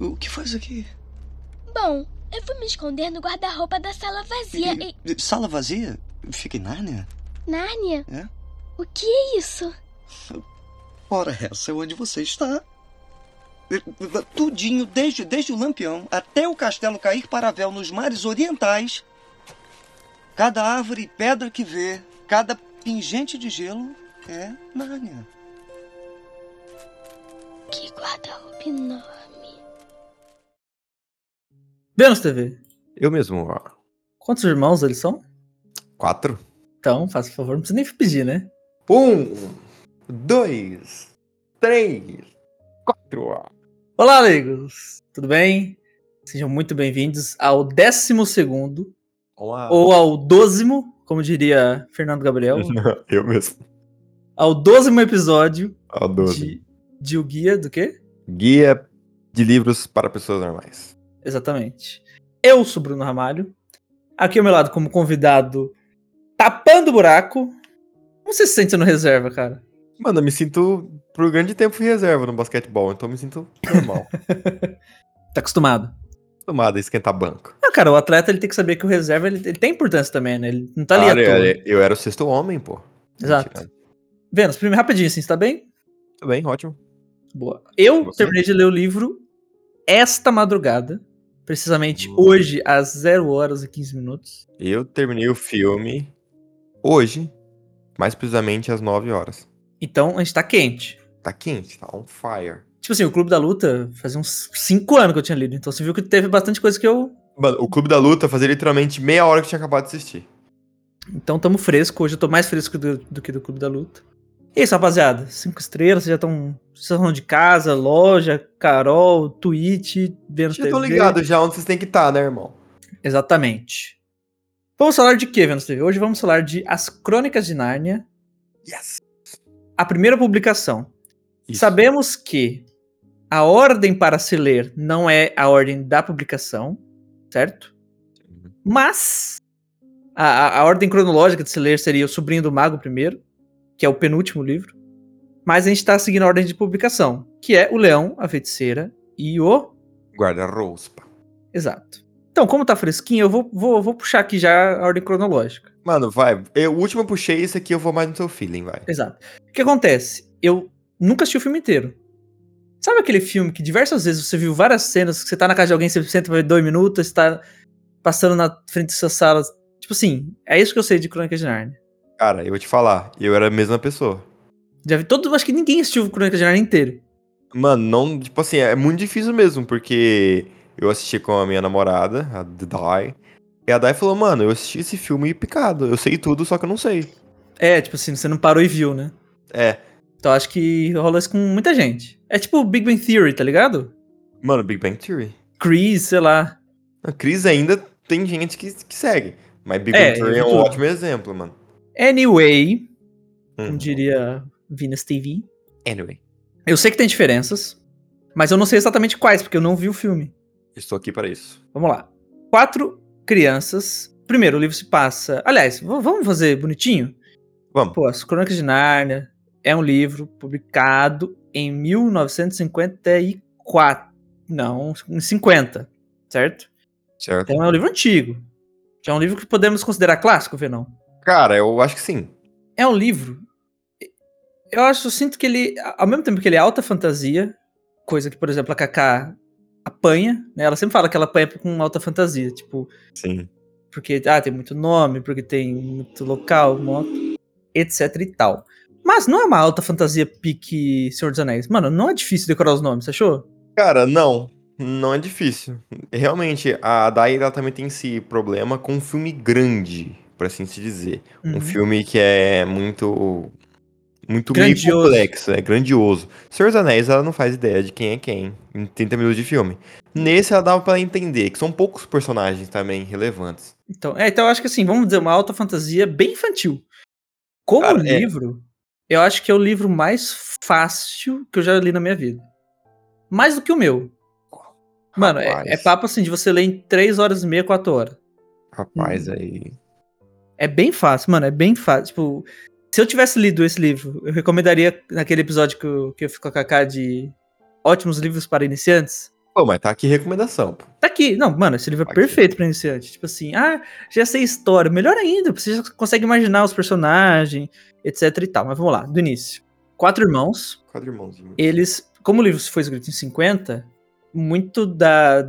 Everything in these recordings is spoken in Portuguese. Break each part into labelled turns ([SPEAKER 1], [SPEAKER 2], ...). [SPEAKER 1] O que faz aqui?
[SPEAKER 2] Bom, eu vou me esconder no guarda-roupa da sala vazia e. é-
[SPEAKER 1] Sala vazia? Fica em Nárnia?
[SPEAKER 2] Nárnia?
[SPEAKER 1] É?
[SPEAKER 2] O que é isso?
[SPEAKER 1] Ora, essa é onde você está. Tudinho, desde, desde o Lampião até o castelo cair para véu nos mares orientais. Cada árvore e pedra que vê, cada pingente de gelo é Nárnia.
[SPEAKER 2] Que guarda-roupa enorme.
[SPEAKER 3] Vênus TV,
[SPEAKER 4] Eu mesmo, ó.
[SPEAKER 3] quantos irmãos eles são?
[SPEAKER 4] Quatro.
[SPEAKER 3] Então, faça o favor, não precisa nem pedir, né?
[SPEAKER 4] Um, dois, três, quatro, ó.
[SPEAKER 3] Olá, amigos! Tudo bem? Sejam muito bem-vindos ao décimo segundo,
[SPEAKER 4] Olá.
[SPEAKER 3] ou ao dozimo, como diria Fernando Gabriel,
[SPEAKER 4] Eu mesmo.
[SPEAKER 3] ao dozimo episódio
[SPEAKER 4] Ó, doze.
[SPEAKER 3] de, de O Guia do quê?
[SPEAKER 4] Guia de livros para pessoas normais.
[SPEAKER 3] Exatamente. Eu sou Bruno Ramalho, aqui ao meu lado como convidado, tapando o buraco. Como você se sente no reserva, cara?
[SPEAKER 4] Mano, eu me sinto por grande tempo fui reserva no basquetebol, então eu me sinto normal.
[SPEAKER 3] Tá acostumado?
[SPEAKER 4] Acostumado a esquentar banco.
[SPEAKER 3] Ah, cara, o atleta ele tem que saber que o reserva ele, ele tem importância também, né? Ele não tá ali à
[SPEAKER 4] Cara,
[SPEAKER 3] toa.
[SPEAKER 4] eu, Ah, eu era o sexto homem, pô.
[SPEAKER 3] Exato.
[SPEAKER 4] Mentira.
[SPEAKER 3] Vênus, primeiro rapidinho, assim, você tá bem?
[SPEAKER 4] Tudo bem, ótimo.
[SPEAKER 3] Boa. Eu
[SPEAKER 4] Você?
[SPEAKER 3] terminei de ler o livro esta madrugada, precisamente
[SPEAKER 4] Boa.
[SPEAKER 3] hoje, às 0 horas e 15 minutos.
[SPEAKER 4] Eu terminei o filme hoje, mais precisamente às 9 horas.
[SPEAKER 3] Então a gente tá quente.
[SPEAKER 4] Tá quente, tá on fire.
[SPEAKER 3] Tipo assim, o Clube da Luta fazia uns 5 anos que eu tinha lido, então você viu que teve bastante coisa que eu.
[SPEAKER 4] Mano, o Clube da Luta fazia literalmente meia hora que eu tinha acabado de assistir.
[SPEAKER 3] Então tamo fresco, hoje eu tô mais fresco do, do que do Clube da Luta. E é isso, rapaziada. Cinco estrelas, vocês já estão. Vocês estão de casa, loja, Carol, Twitch, Vênus
[SPEAKER 4] Já tô
[SPEAKER 3] TV.
[SPEAKER 4] ligado já onde vocês têm que estar, né, irmão?
[SPEAKER 3] Exatamente. Vamos falar de quê, Vênus TV? Hoje vamos falar de As Crônicas de Nárnia,
[SPEAKER 4] Yes!
[SPEAKER 3] a primeira publicação.
[SPEAKER 4] Isso.
[SPEAKER 3] Sabemos que a ordem para se ler não é a ordem da publicação, certo?
[SPEAKER 4] Uhum.
[SPEAKER 3] Mas a, a- a ordem cronológica de se ler seria O Sobrinho do Mago primeiro, que é o penúltimo livro. Mas a gente está seguindo a ordem de publicação, que é O Leão, a Feiticeira e o
[SPEAKER 4] Guarda-roupa.
[SPEAKER 3] Exato. Então, como tá fresquinho, eu vou, vou, vou puxar aqui já a ordem cronológica.
[SPEAKER 4] Mano, vai. Eu, o último eu puxei esse aqui, eu vou mais no seu feeling, vai.
[SPEAKER 3] Exato. O que acontece? Eu nunca assisti o filme inteiro. Sabe aquele filme que diversas vezes você viu várias cenas, que você tá na casa de alguém, você senta pra ver dois minutos, você tá passando na frente da sua sala. Tipo assim, é isso que eu sei de Crônicas de Narnia.
[SPEAKER 4] Cara, eu vou te falar, eu era a mesma pessoa.
[SPEAKER 3] Já vi todo, acho que ninguém assistiu Crônicas de Narnia inteiro.
[SPEAKER 4] Mano, não, tipo assim, é muito difícil mesmo, porque eu assisti com a minha namorada, a Dai. E a Dai falou, mano, eu assisti esse filme picado. Eu sei tudo, só que eu não sei.
[SPEAKER 3] É, tipo assim, você não parou e viu, né?
[SPEAKER 4] É.
[SPEAKER 3] Então acho que rola isso com muita gente. É tipo Big Bang Theory, tá ligado?
[SPEAKER 4] Mano, Big Bang Theory.
[SPEAKER 3] Chris, sei lá.
[SPEAKER 4] A Cris ainda tem gente que, que segue. Mas Big
[SPEAKER 3] É,
[SPEAKER 4] Bang Theory é
[SPEAKER 3] eu
[SPEAKER 4] um
[SPEAKER 3] vi tudo.
[SPEAKER 4] ótimo exemplo, mano.
[SPEAKER 3] Anyway, como
[SPEAKER 4] Uhum.
[SPEAKER 3] diria Venus TV.
[SPEAKER 4] Anyway,
[SPEAKER 3] Eu sei que tem diferenças, mas eu não sei exatamente quais, porque eu não vi o filme.
[SPEAKER 4] estou aqui para isso.
[SPEAKER 3] Vamos lá. Quatro crianças. Primeiro, o livro se passa. Aliás, v- vamos fazer bonitinho?
[SPEAKER 4] Vamos.
[SPEAKER 3] Pô, As Crônicas de Nárnia é um livro publicado em 1954. Não, em 50, certo?
[SPEAKER 4] Certo.
[SPEAKER 3] Então é um livro antigo. Já é um livro que podemos considerar clássico, Venão.
[SPEAKER 4] Cara, eu acho que sim.
[SPEAKER 3] é um livro. Eu acho, eu sinto que ele, ao mesmo tempo que ele é alta fantasia, coisa que, por exemplo, a Kaká apanha, né? Ela sempre fala que ela apanha com alta fantasia, tipo,
[SPEAKER 4] Sim.
[SPEAKER 3] porque ah, tem muito nome, porque tem muito local, moto, etc e tal. Mas não é uma alta fantasia pique Senhor dos Anéis. Mano, não é difícil decorar os nomes, você achou?
[SPEAKER 4] Cara, não. Não é difícil. Realmente, a Dai ela também tem esse problema com um filme grande, por assim se dizer. Um
[SPEAKER 3] Uhum.
[SPEAKER 4] filme que é muito. Muito meio
[SPEAKER 3] Grandioso.
[SPEAKER 4] complexo, é grandioso. Senhor dos Anéis, ela não faz ideia de quem é quem em 30 minutos de filme. Nesse, ela dava pra entender que são poucos personagens também relevantes.
[SPEAKER 3] Então, é, então eu acho que assim, vamos dizer, uma alta fantasia bem infantil. Como
[SPEAKER 4] Cara, é.
[SPEAKER 3] livro, eu acho que é o livro mais fácil que eu já li na minha vida. Mais do que o meu. Mano, é,
[SPEAKER 4] Rapaz.
[SPEAKER 3] é papo assim de você ler em 3 horas e meia, 4 horas. Uhum.
[SPEAKER 4] Rapaz, aí.
[SPEAKER 3] É bem fácil, mano, é bem fácil. Tipo, se eu tivesse lido esse livro, eu recomendaria naquele episódio que eu, que eu fiz com a Kaká de Ótimos Livros para Iniciantes.
[SPEAKER 4] Pô, mas tá aqui recomendação. pô.
[SPEAKER 3] Tá aqui. Não, mano, esse livro é
[SPEAKER 4] Aqui.
[SPEAKER 3] perfeito pra iniciante. Tipo assim, ah, já sei história. Melhor ainda, você já consegue imaginar os personagens, etc e tal. Mas vamos lá, do início. Quatro irmãos,
[SPEAKER 4] Quatro irmãozinhos.
[SPEAKER 3] eles, como o livro foi escrito em 50, muito da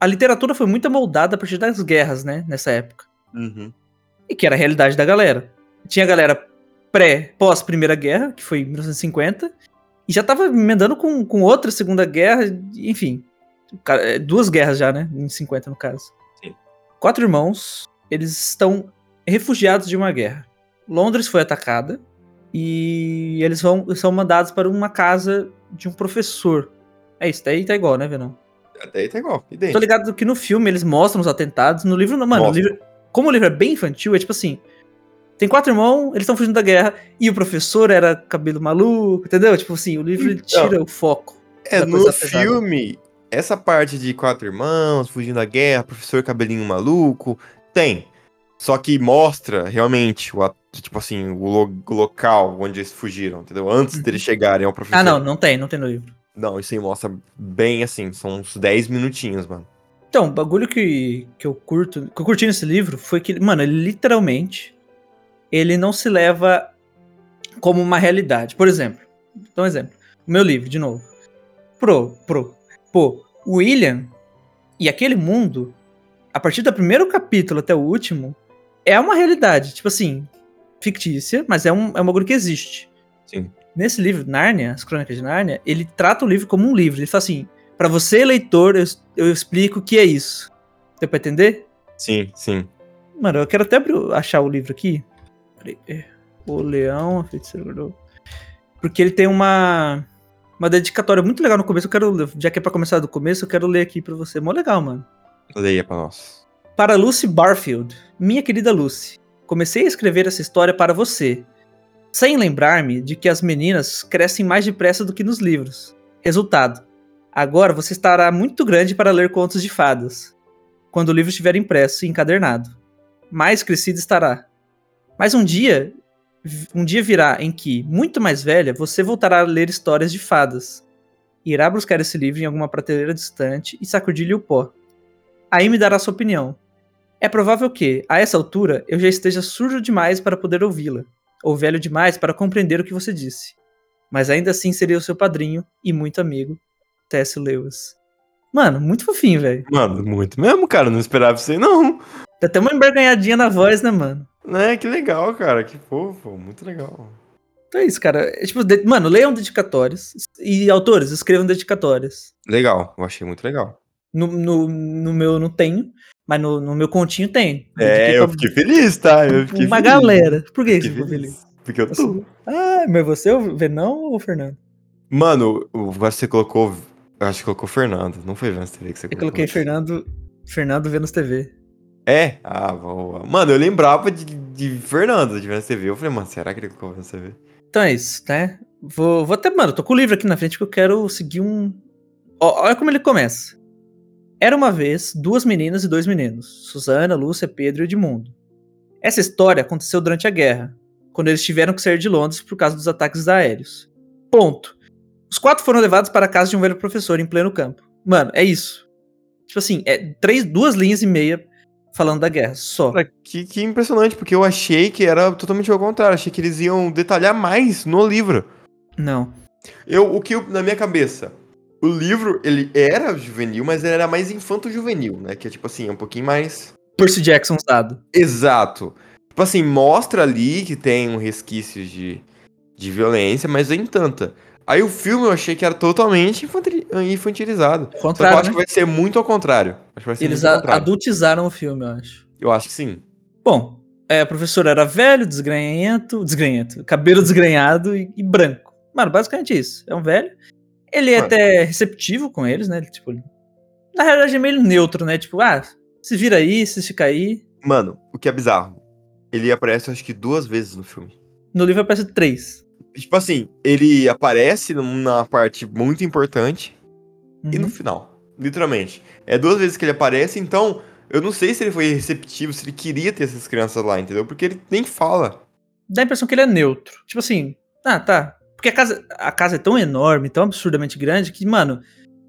[SPEAKER 3] a literatura foi muito moldada a partir das guerras, né, nessa época.
[SPEAKER 4] Uhum.
[SPEAKER 3] E que era a realidade da galera. Tinha a galera pré, pós Primeira Guerra, que foi em 1950, e já tava emendando com, com outra Segunda Guerra, enfim. Ca- é, Duas guerras já, né, em 50 no caso.
[SPEAKER 4] Sim.
[SPEAKER 3] Quatro irmãos, eles estão refugiados de uma guerra. Londres foi atacada e eles vão são mandados para uma casa de um professor. É isso, daí tá igual, né, Venom?
[SPEAKER 4] Até aí tá igual.
[SPEAKER 3] Tô
[SPEAKER 4] Idêntico.
[SPEAKER 3] ligado que no filme eles mostram os atentados, no livro não, mano, o
[SPEAKER 4] Mostra.
[SPEAKER 3] livro- como o livro é bem infantil, é tipo assim, tem quatro irmãos, eles estão fugindo da guerra, e o professor era cabelo maluco, entendeu? Tipo assim, o livro ele
[SPEAKER 4] Então.
[SPEAKER 3] tira o foco.
[SPEAKER 4] É,
[SPEAKER 3] da
[SPEAKER 4] no
[SPEAKER 3] coisa pesada.
[SPEAKER 4] filme, essa parte de quatro irmãos, fugindo da guerra, professor cabelinho maluco, tem. Só que mostra realmente o at- tipo assim, o lo- o local onde eles fugiram, entendeu? Antes deles chegarem ao professor.
[SPEAKER 3] Ah, não, não tem, não tem no livro.
[SPEAKER 4] Não, isso aí mostra bem assim, são uns 10 minutinhos, mano.
[SPEAKER 3] Então, o bagulho que, que eu curto, que eu curti nesse livro foi que, mano, ele literalmente ele não se leva como uma realidade. Por exemplo, então um exemplo, o meu livro de novo. Pro, pro, pô, o William e aquele mundo, a partir do primeiro capítulo até o último, é uma realidade, tipo assim, fictícia, mas é um, é um bagulho que existe.
[SPEAKER 4] Sim.
[SPEAKER 3] Nesse livro, Nárnia, as Crônicas de Nárnia, ele trata o livro como um livro. Ele fala assim, Pra você, leitor, eu, eu explico o que é isso. Deu pra entender?
[SPEAKER 4] Sim, sim.
[SPEAKER 3] Mano, eu quero até abrir o- achar o livro aqui. Peraí, é. O Leão, a Feiticeira Guardou. Porque ele tem uma uma dedicatória muito legal no começo. Eu quero, ler- já que é pra começar do começo, eu quero ler aqui pra você. Mó legal, mano.
[SPEAKER 4] Leia pra nós.
[SPEAKER 3] Para Lucy Barfield, minha querida Lucy, comecei a escrever essa história para você, sem lembrar-me de que as meninas crescem mais depressa do que nos livros. Resultado: agora você estará muito grande para ler contos de fadas, quando o livro estiver impresso e encadernado. Mais crescida estará. Mas um dia, um dia virá em que, muito mais velha, você voltará a ler histórias de fadas. Irá buscar esse livro em alguma prateleira distante e sacudir-lhe o pó aí me dará sua opinião. É provável que, a essa altura, eu já esteja sujo demais para poder ouvi-la, ou velho demais para compreender o que você disse. Mas ainda assim seria o seu padrinho e muito amigo, Tess Lewis. Mano, muito fofinho, velho.
[SPEAKER 4] Mano, muito mesmo, cara. Não esperava isso aí, não.
[SPEAKER 3] Dá até uma embarganhadinha na voz, né, mano?
[SPEAKER 4] Né? Que legal, cara. Que fofo. Muito legal.
[SPEAKER 3] Então é isso, cara. É tipo, de- mano, leiam dedicatórias. E autores, escrevam dedicatórias.
[SPEAKER 4] Legal. Eu achei muito legal.
[SPEAKER 3] No, no, no meu não tenho, mas no, no meu continho tem.
[SPEAKER 4] É,
[SPEAKER 3] Dediquei
[SPEAKER 4] eu
[SPEAKER 3] pra
[SPEAKER 4] fiquei feliz, tá? Eu fiquei
[SPEAKER 3] uma
[SPEAKER 4] feliz.
[SPEAKER 3] galera. Por que você
[SPEAKER 4] Fiquei
[SPEAKER 3] ficou feliz?
[SPEAKER 4] Porque eu tô. assim.
[SPEAKER 3] Ah, mas você é o Venão ou o Fernando?
[SPEAKER 4] Mano, o- você colocou. eu Acho que colocou Fernando. Não foi Vênus TV que você
[SPEAKER 3] Eu
[SPEAKER 4] colocou.
[SPEAKER 3] coloquei Fernando, Fernando Vênus TV.
[SPEAKER 4] É? Ah, boa. Mano, eu lembrava de, de Fernando, de Vênus TV. Eu falei, mano, será que ele colocou Vênus TV?
[SPEAKER 3] Então é isso, né? Vou, vou até, mano, tô com o livro aqui na frente que eu quero seguir um. Ó, olha como ele começa. Era uma vez duas meninas e dois meninos, Susana, Lúcia, Pedro e Edmundo. Essa história aconteceu durante a guerra, quando eles tiveram que sair de Londres por causa dos ataques aéreos. Ponto. Os quatro foram levados para a casa de um velho professor em pleno campo. Mano, é isso. Tipo assim, é três, duas linhas e meia falando da guerra, só.
[SPEAKER 4] Cara, que, que impressionante, porque eu achei que era totalmente ao contrário. Achei que eles iam detalhar mais no livro.
[SPEAKER 3] Não.
[SPEAKER 4] Eu, o que eu- na minha cabeça, o livro, ele era juvenil, mas ele era mais infanto-juvenil, né? Que é tipo assim, é um pouquinho mais.
[SPEAKER 3] Percy Jackson usado.
[SPEAKER 4] Exato. Tipo assim, mostra ali que tem um resquício de, de violência, mas nem tanta. Aí o filme eu achei que era totalmente infantri-
[SPEAKER 3] Ao
[SPEAKER 4] infantilizado. Só que eu
[SPEAKER 3] contrário,
[SPEAKER 4] acho
[SPEAKER 3] né?
[SPEAKER 4] que vai ser muito ao contrário. Acho que vai ser
[SPEAKER 3] Eles
[SPEAKER 4] muito ao
[SPEAKER 3] a-
[SPEAKER 4] contrário.
[SPEAKER 3] adultizaram o filme, eu acho.
[SPEAKER 4] Eu acho que sim.
[SPEAKER 3] Bom, é, o professor era velho, desgrenhento, desgrenhento, cabelo desgrenhado e, e branco. Mano, basicamente isso. É um velho. Ele é
[SPEAKER 4] Mano.
[SPEAKER 3] até receptivo com eles, né? Ele, tipo, ele- na realidade é meio neutro, né? Tipo, ah, se vira aí, se fica aí.
[SPEAKER 4] Mano, o que é bizarro. Ele aparece, eu acho que duas vezes no filme.
[SPEAKER 3] No livro aparece três.
[SPEAKER 4] Tipo assim, ele aparece numa parte muito importante e no
[SPEAKER 3] Uhum.
[SPEAKER 4] final. Literalmente. É duas vezes que ele aparece, então eu não sei se ele foi receptivo, se ele queria ter essas crianças lá, entendeu? Porque ele nem fala.
[SPEAKER 3] Dá a impressão que ele é neutro. Tipo assim, ah, tá. Porque a casa, a casa é tão enorme, tão absurdamente grande que, mano,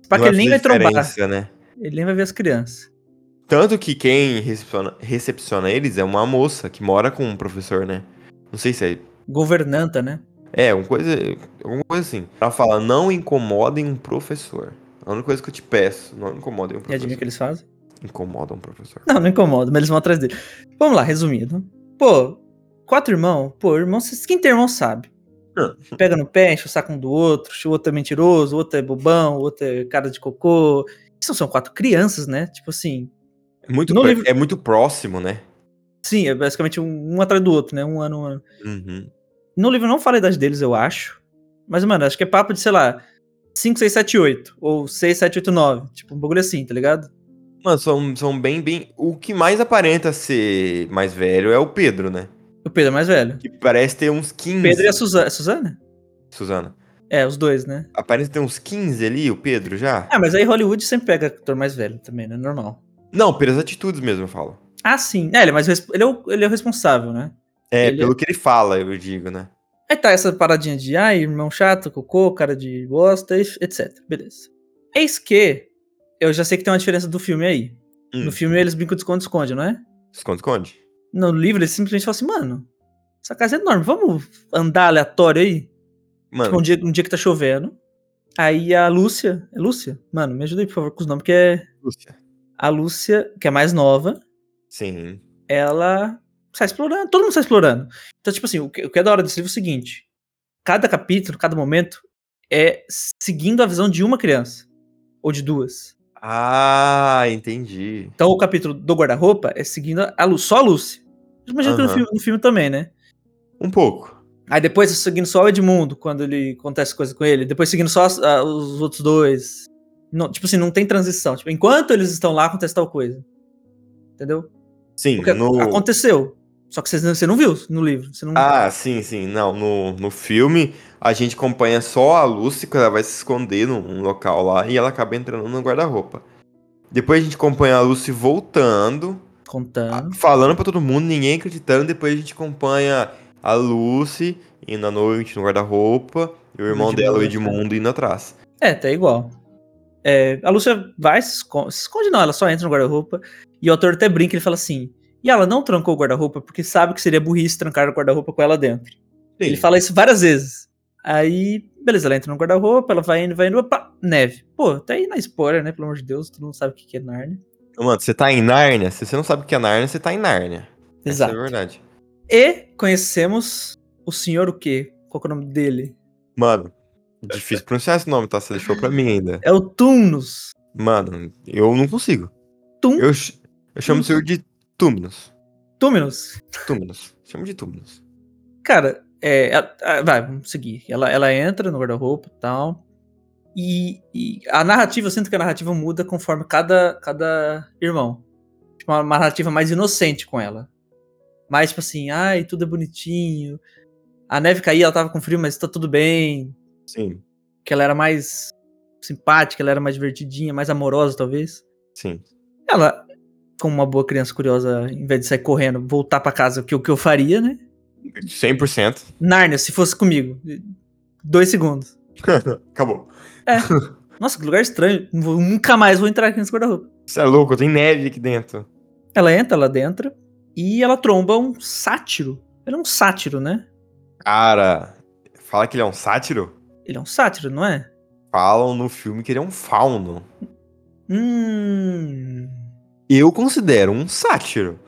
[SPEAKER 3] Pra que
[SPEAKER 4] Não
[SPEAKER 3] ele nem vai
[SPEAKER 4] fazer
[SPEAKER 3] trombar.
[SPEAKER 4] diferença, né?
[SPEAKER 3] Ele nem vai ver as crianças.
[SPEAKER 4] Tanto que quem recepciona, recepciona eles é uma moça que mora com um professor, né? Não sei se é
[SPEAKER 3] Governanta, né?
[SPEAKER 4] É, uma coisa, alguma coisa assim. Ela fala, não incomodem um professor. A única coisa que eu te peço, não incomodem um
[SPEAKER 3] E
[SPEAKER 4] professor.
[SPEAKER 3] adivinha o que eles fazem?
[SPEAKER 4] Incomodam um professor.
[SPEAKER 3] Não, não incomoda, mas eles vão atrás dele. Vamos lá, resumindo. Pô, quatro irmãos, pô, irmão, cês- quem tem irmão sabe. Pega no pé, enche o saco um do outro, o outro é mentiroso, o outro é bobão, o outro é cara de cocô. Isso são quatro crianças, né? Tipo assim,
[SPEAKER 4] É muito,
[SPEAKER 3] No
[SPEAKER 4] pré-
[SPEAKER 3] livro-
[SPEAKER 4] é muito próximo, né?
[SPEAKER 3] sim, é basicamente um, um atrás do outro, né? Um ano, um ano.
[SPEAKER 4] Uhum.
[SPEAKER 3] No livro não fala a idade deles, eu acho. Mas, mano, acho que é papo de, sei lá, 5, 6, 7, 8. Ou 6, 7, 8, 9. Tipo, um bagulho assim, tá ligado?
[SPEAKER 4] Mano, são, são bem, bem... O que mais aparenta ser mais velho é o Pedro, né?
[SPEAKER 3] O Pedro é mais velho.
[SPEAKER 4] Que parece ter uns 15.
[SPEAKER 3] Pedro e a Suzana. É Suzana?
[SPEAKER 4] Suzana.
[SPEAKER 3] É, os dois, né?
[SPEAKER 4] Aparenta ter uns 15 ali, o Pedro já.
[SPEAKER 3] Ah, mas aí Hollywood sempre pega ator mais velho também, né? Normal.
[SPEAKER 4] Não, pelas atitudes mesmo, eu falo.
[SPEAKER 3] Ah, sim. É, ele é, mais res- ele é, o, ele é o responsável, né?
[SPEAKER 4] É,
[SPEAKER 3] Ele-
[SPEAKER 4] pelo que ele fala, eu digo, né?
[SPEAKER 3] Aí tá essa paradinha de, ai, irmão chato, cocô, cara de bosta, e- etc. Beleza. Eis que eu já sei que tem uma diferença do filme aí.
[SPEAKER 4] Hum.
[SPEAKER 3] No filme eles brincam de esconde-esconde, não é?
[SPEAKER 4] Esconde, esconde.
[SPEAKER 3] no livro, eles simplesmente falam assim, mano, essa casa é enorme, vamos andar aleatório aí? Tipo,
[SPEAKER 4] Mano,
[SPEAKER 3] um dia, um dia que tá chovendo. Aí a Lúcia, é Lúcia? Mano, me ajuda aí, por favor, com os nomes, que é
[SPEAKER 4] Lúcia.
[SPEAKER 3] a Lúcia, que é mais nova,
[SPEAKER 4] Sim.
[SPEAKER 3] ela sai explorando, todo mundo sai explorando. Então, tipo assim, o que, o que é da hora desse livro é o seguinte, cada capítulo, cada momento, é seguindo a visão de uma criança, ou de duas.
[SPEAKER 4] Ah, entendi.
[SPEAKER 3] Então, o capítulo do guarda-roupa é seguindo a, Lu- só a Lúcia. Imagina que no
[SPEAKER 4] Aham.
[SPEAKER 3] filme- no filme também, né?
[SPEAKER 4] Um pouco.
[SPEAKER 3] Aí depois é seguindo só o Edmundo, quando ele acontece coisa com ele. Depois seguindo só as- a- os outros dois. Não, tipo assim, não tem transição. Tipo, enquanto eles estão lá, acontece tal coisa. Entendeu?
[SPEAKER 4] Sim,
[SPEAKER 3] Porque
[SPEAKER 4] no...
[SPEAKER 3] aconteceu. Só que vocês não- você não viu no livro. Você não...
[SPEAKER 4] Ah, sim, sim. Não, no, no filme a gente acompanha só a Lucy quando ela vai se esconder num num local lá e ela acaba entrando no guarda-roupa. Depois a gente acompanha a Lucy voltando, a-
[SPEAKER 3] Contando.
[SPEAKER 4] falando pra todo mundo, ninguém acreditando. Depois a gente acompanha a Lucy indo à noite no guarda-roupa e o irmão dela, o
[SPEAKER 3] Edmundo,
[SPEAKER 4] Edmundo, indo atrás.
[SPEAKER 3] É, tá igual. É, a Lúcia vai, se esconde, se esconde não, ela só entra no guarda-roupa. E o autor até brinca, ele fala assim... E ela não trancou o guarda-roupa porque sabe que seria burrice trancar o guarda-roupa com ela dentro. Ele
[SPEAKER 4] Sim.
[SPEAKER 3] fala isso várias vezes. Aí, beleza, ela entra no guarda-roupa, ela vai indo, vai indo, opa, neve. Pô, tá aí na spoiler, né? Pelo amor de Deus, todo mundo sabe o que que é Narnia.
[SPEAKER 4] Mano, você tá em Nárnia? Se você não sabe o que é Nárnia, você tá em Nárnia. Essa é a
[SPEAKER 3] Exato.
[SPEAKER 4] verdade.
[SPEAKER 3] E conhecemos o senhor o quê? Qual que é o nome dele?
[SPEAKER 4] Mano, difícil pronunciar esse nome, tá? Você deixou pra mim ainda.
[SPEAKER 3] É o Tumnus.
[SPEAKER 4] Mano, eu não consigo.
[SPEAKER 3] Tum-
[SPEAKER 4] Eu, ch- eu chamo o senhor de Túminos.
[SPEAKER 3] Tumnus.
[SPEAKER 4] Túminos. Chamo de Túminos.
[SPEAKER 3] Cara, é, a- a- vai, vamos seguir. Ela, ela entra no guarda-roupa e tal. E, e a narrativa, eu sinto que a narrativa muda conforme cada, cada irmão. Tipo, uma narrativa mais inocente com ela. Mais tipo assim, ai, tudo é bonitinho. A neve caía, ela tava com frio, mas tá tudo bem.
[SPEAKER 4] Sim,
[SPEAKER 3] Que ela era mais simpática, ela era mais divertidinha, mais amorosa, talvez.
[SPEAKER 4] sim.
[SPEAKER 3] Ela, como uma boa criança curiosa, em vez de sair correndo, voltar pra casa, que é o que eu faria, né?
[SPEAKER 4] 100%.
[SPEAKER 3] Narnia, se fosse comigo. Dois segundos.
[SPEAKER 4] Acabou.
[SPEAKER 3] Nossa, que lugar estranho. Não vou- nunca mais vou entrar aqui nesse guarda-roupa.
[SPEAKER 4] Você é louco, tem neve aqui dentro.
[SPEAKER 3] Ela entra lá dentro e ela tromba um sátiro. Ele é um sátiro, né?
[SPEAKER 4] Cara, fala que ele é um sátiro?
[SPEAKER 3] Ele é um sátiro, não é?
[SPEAKER 4] Falam no filme que ele é um fauno.
[SPEAKER 3] Hum.
[SPEAKER 4] Eu considero um sátiro.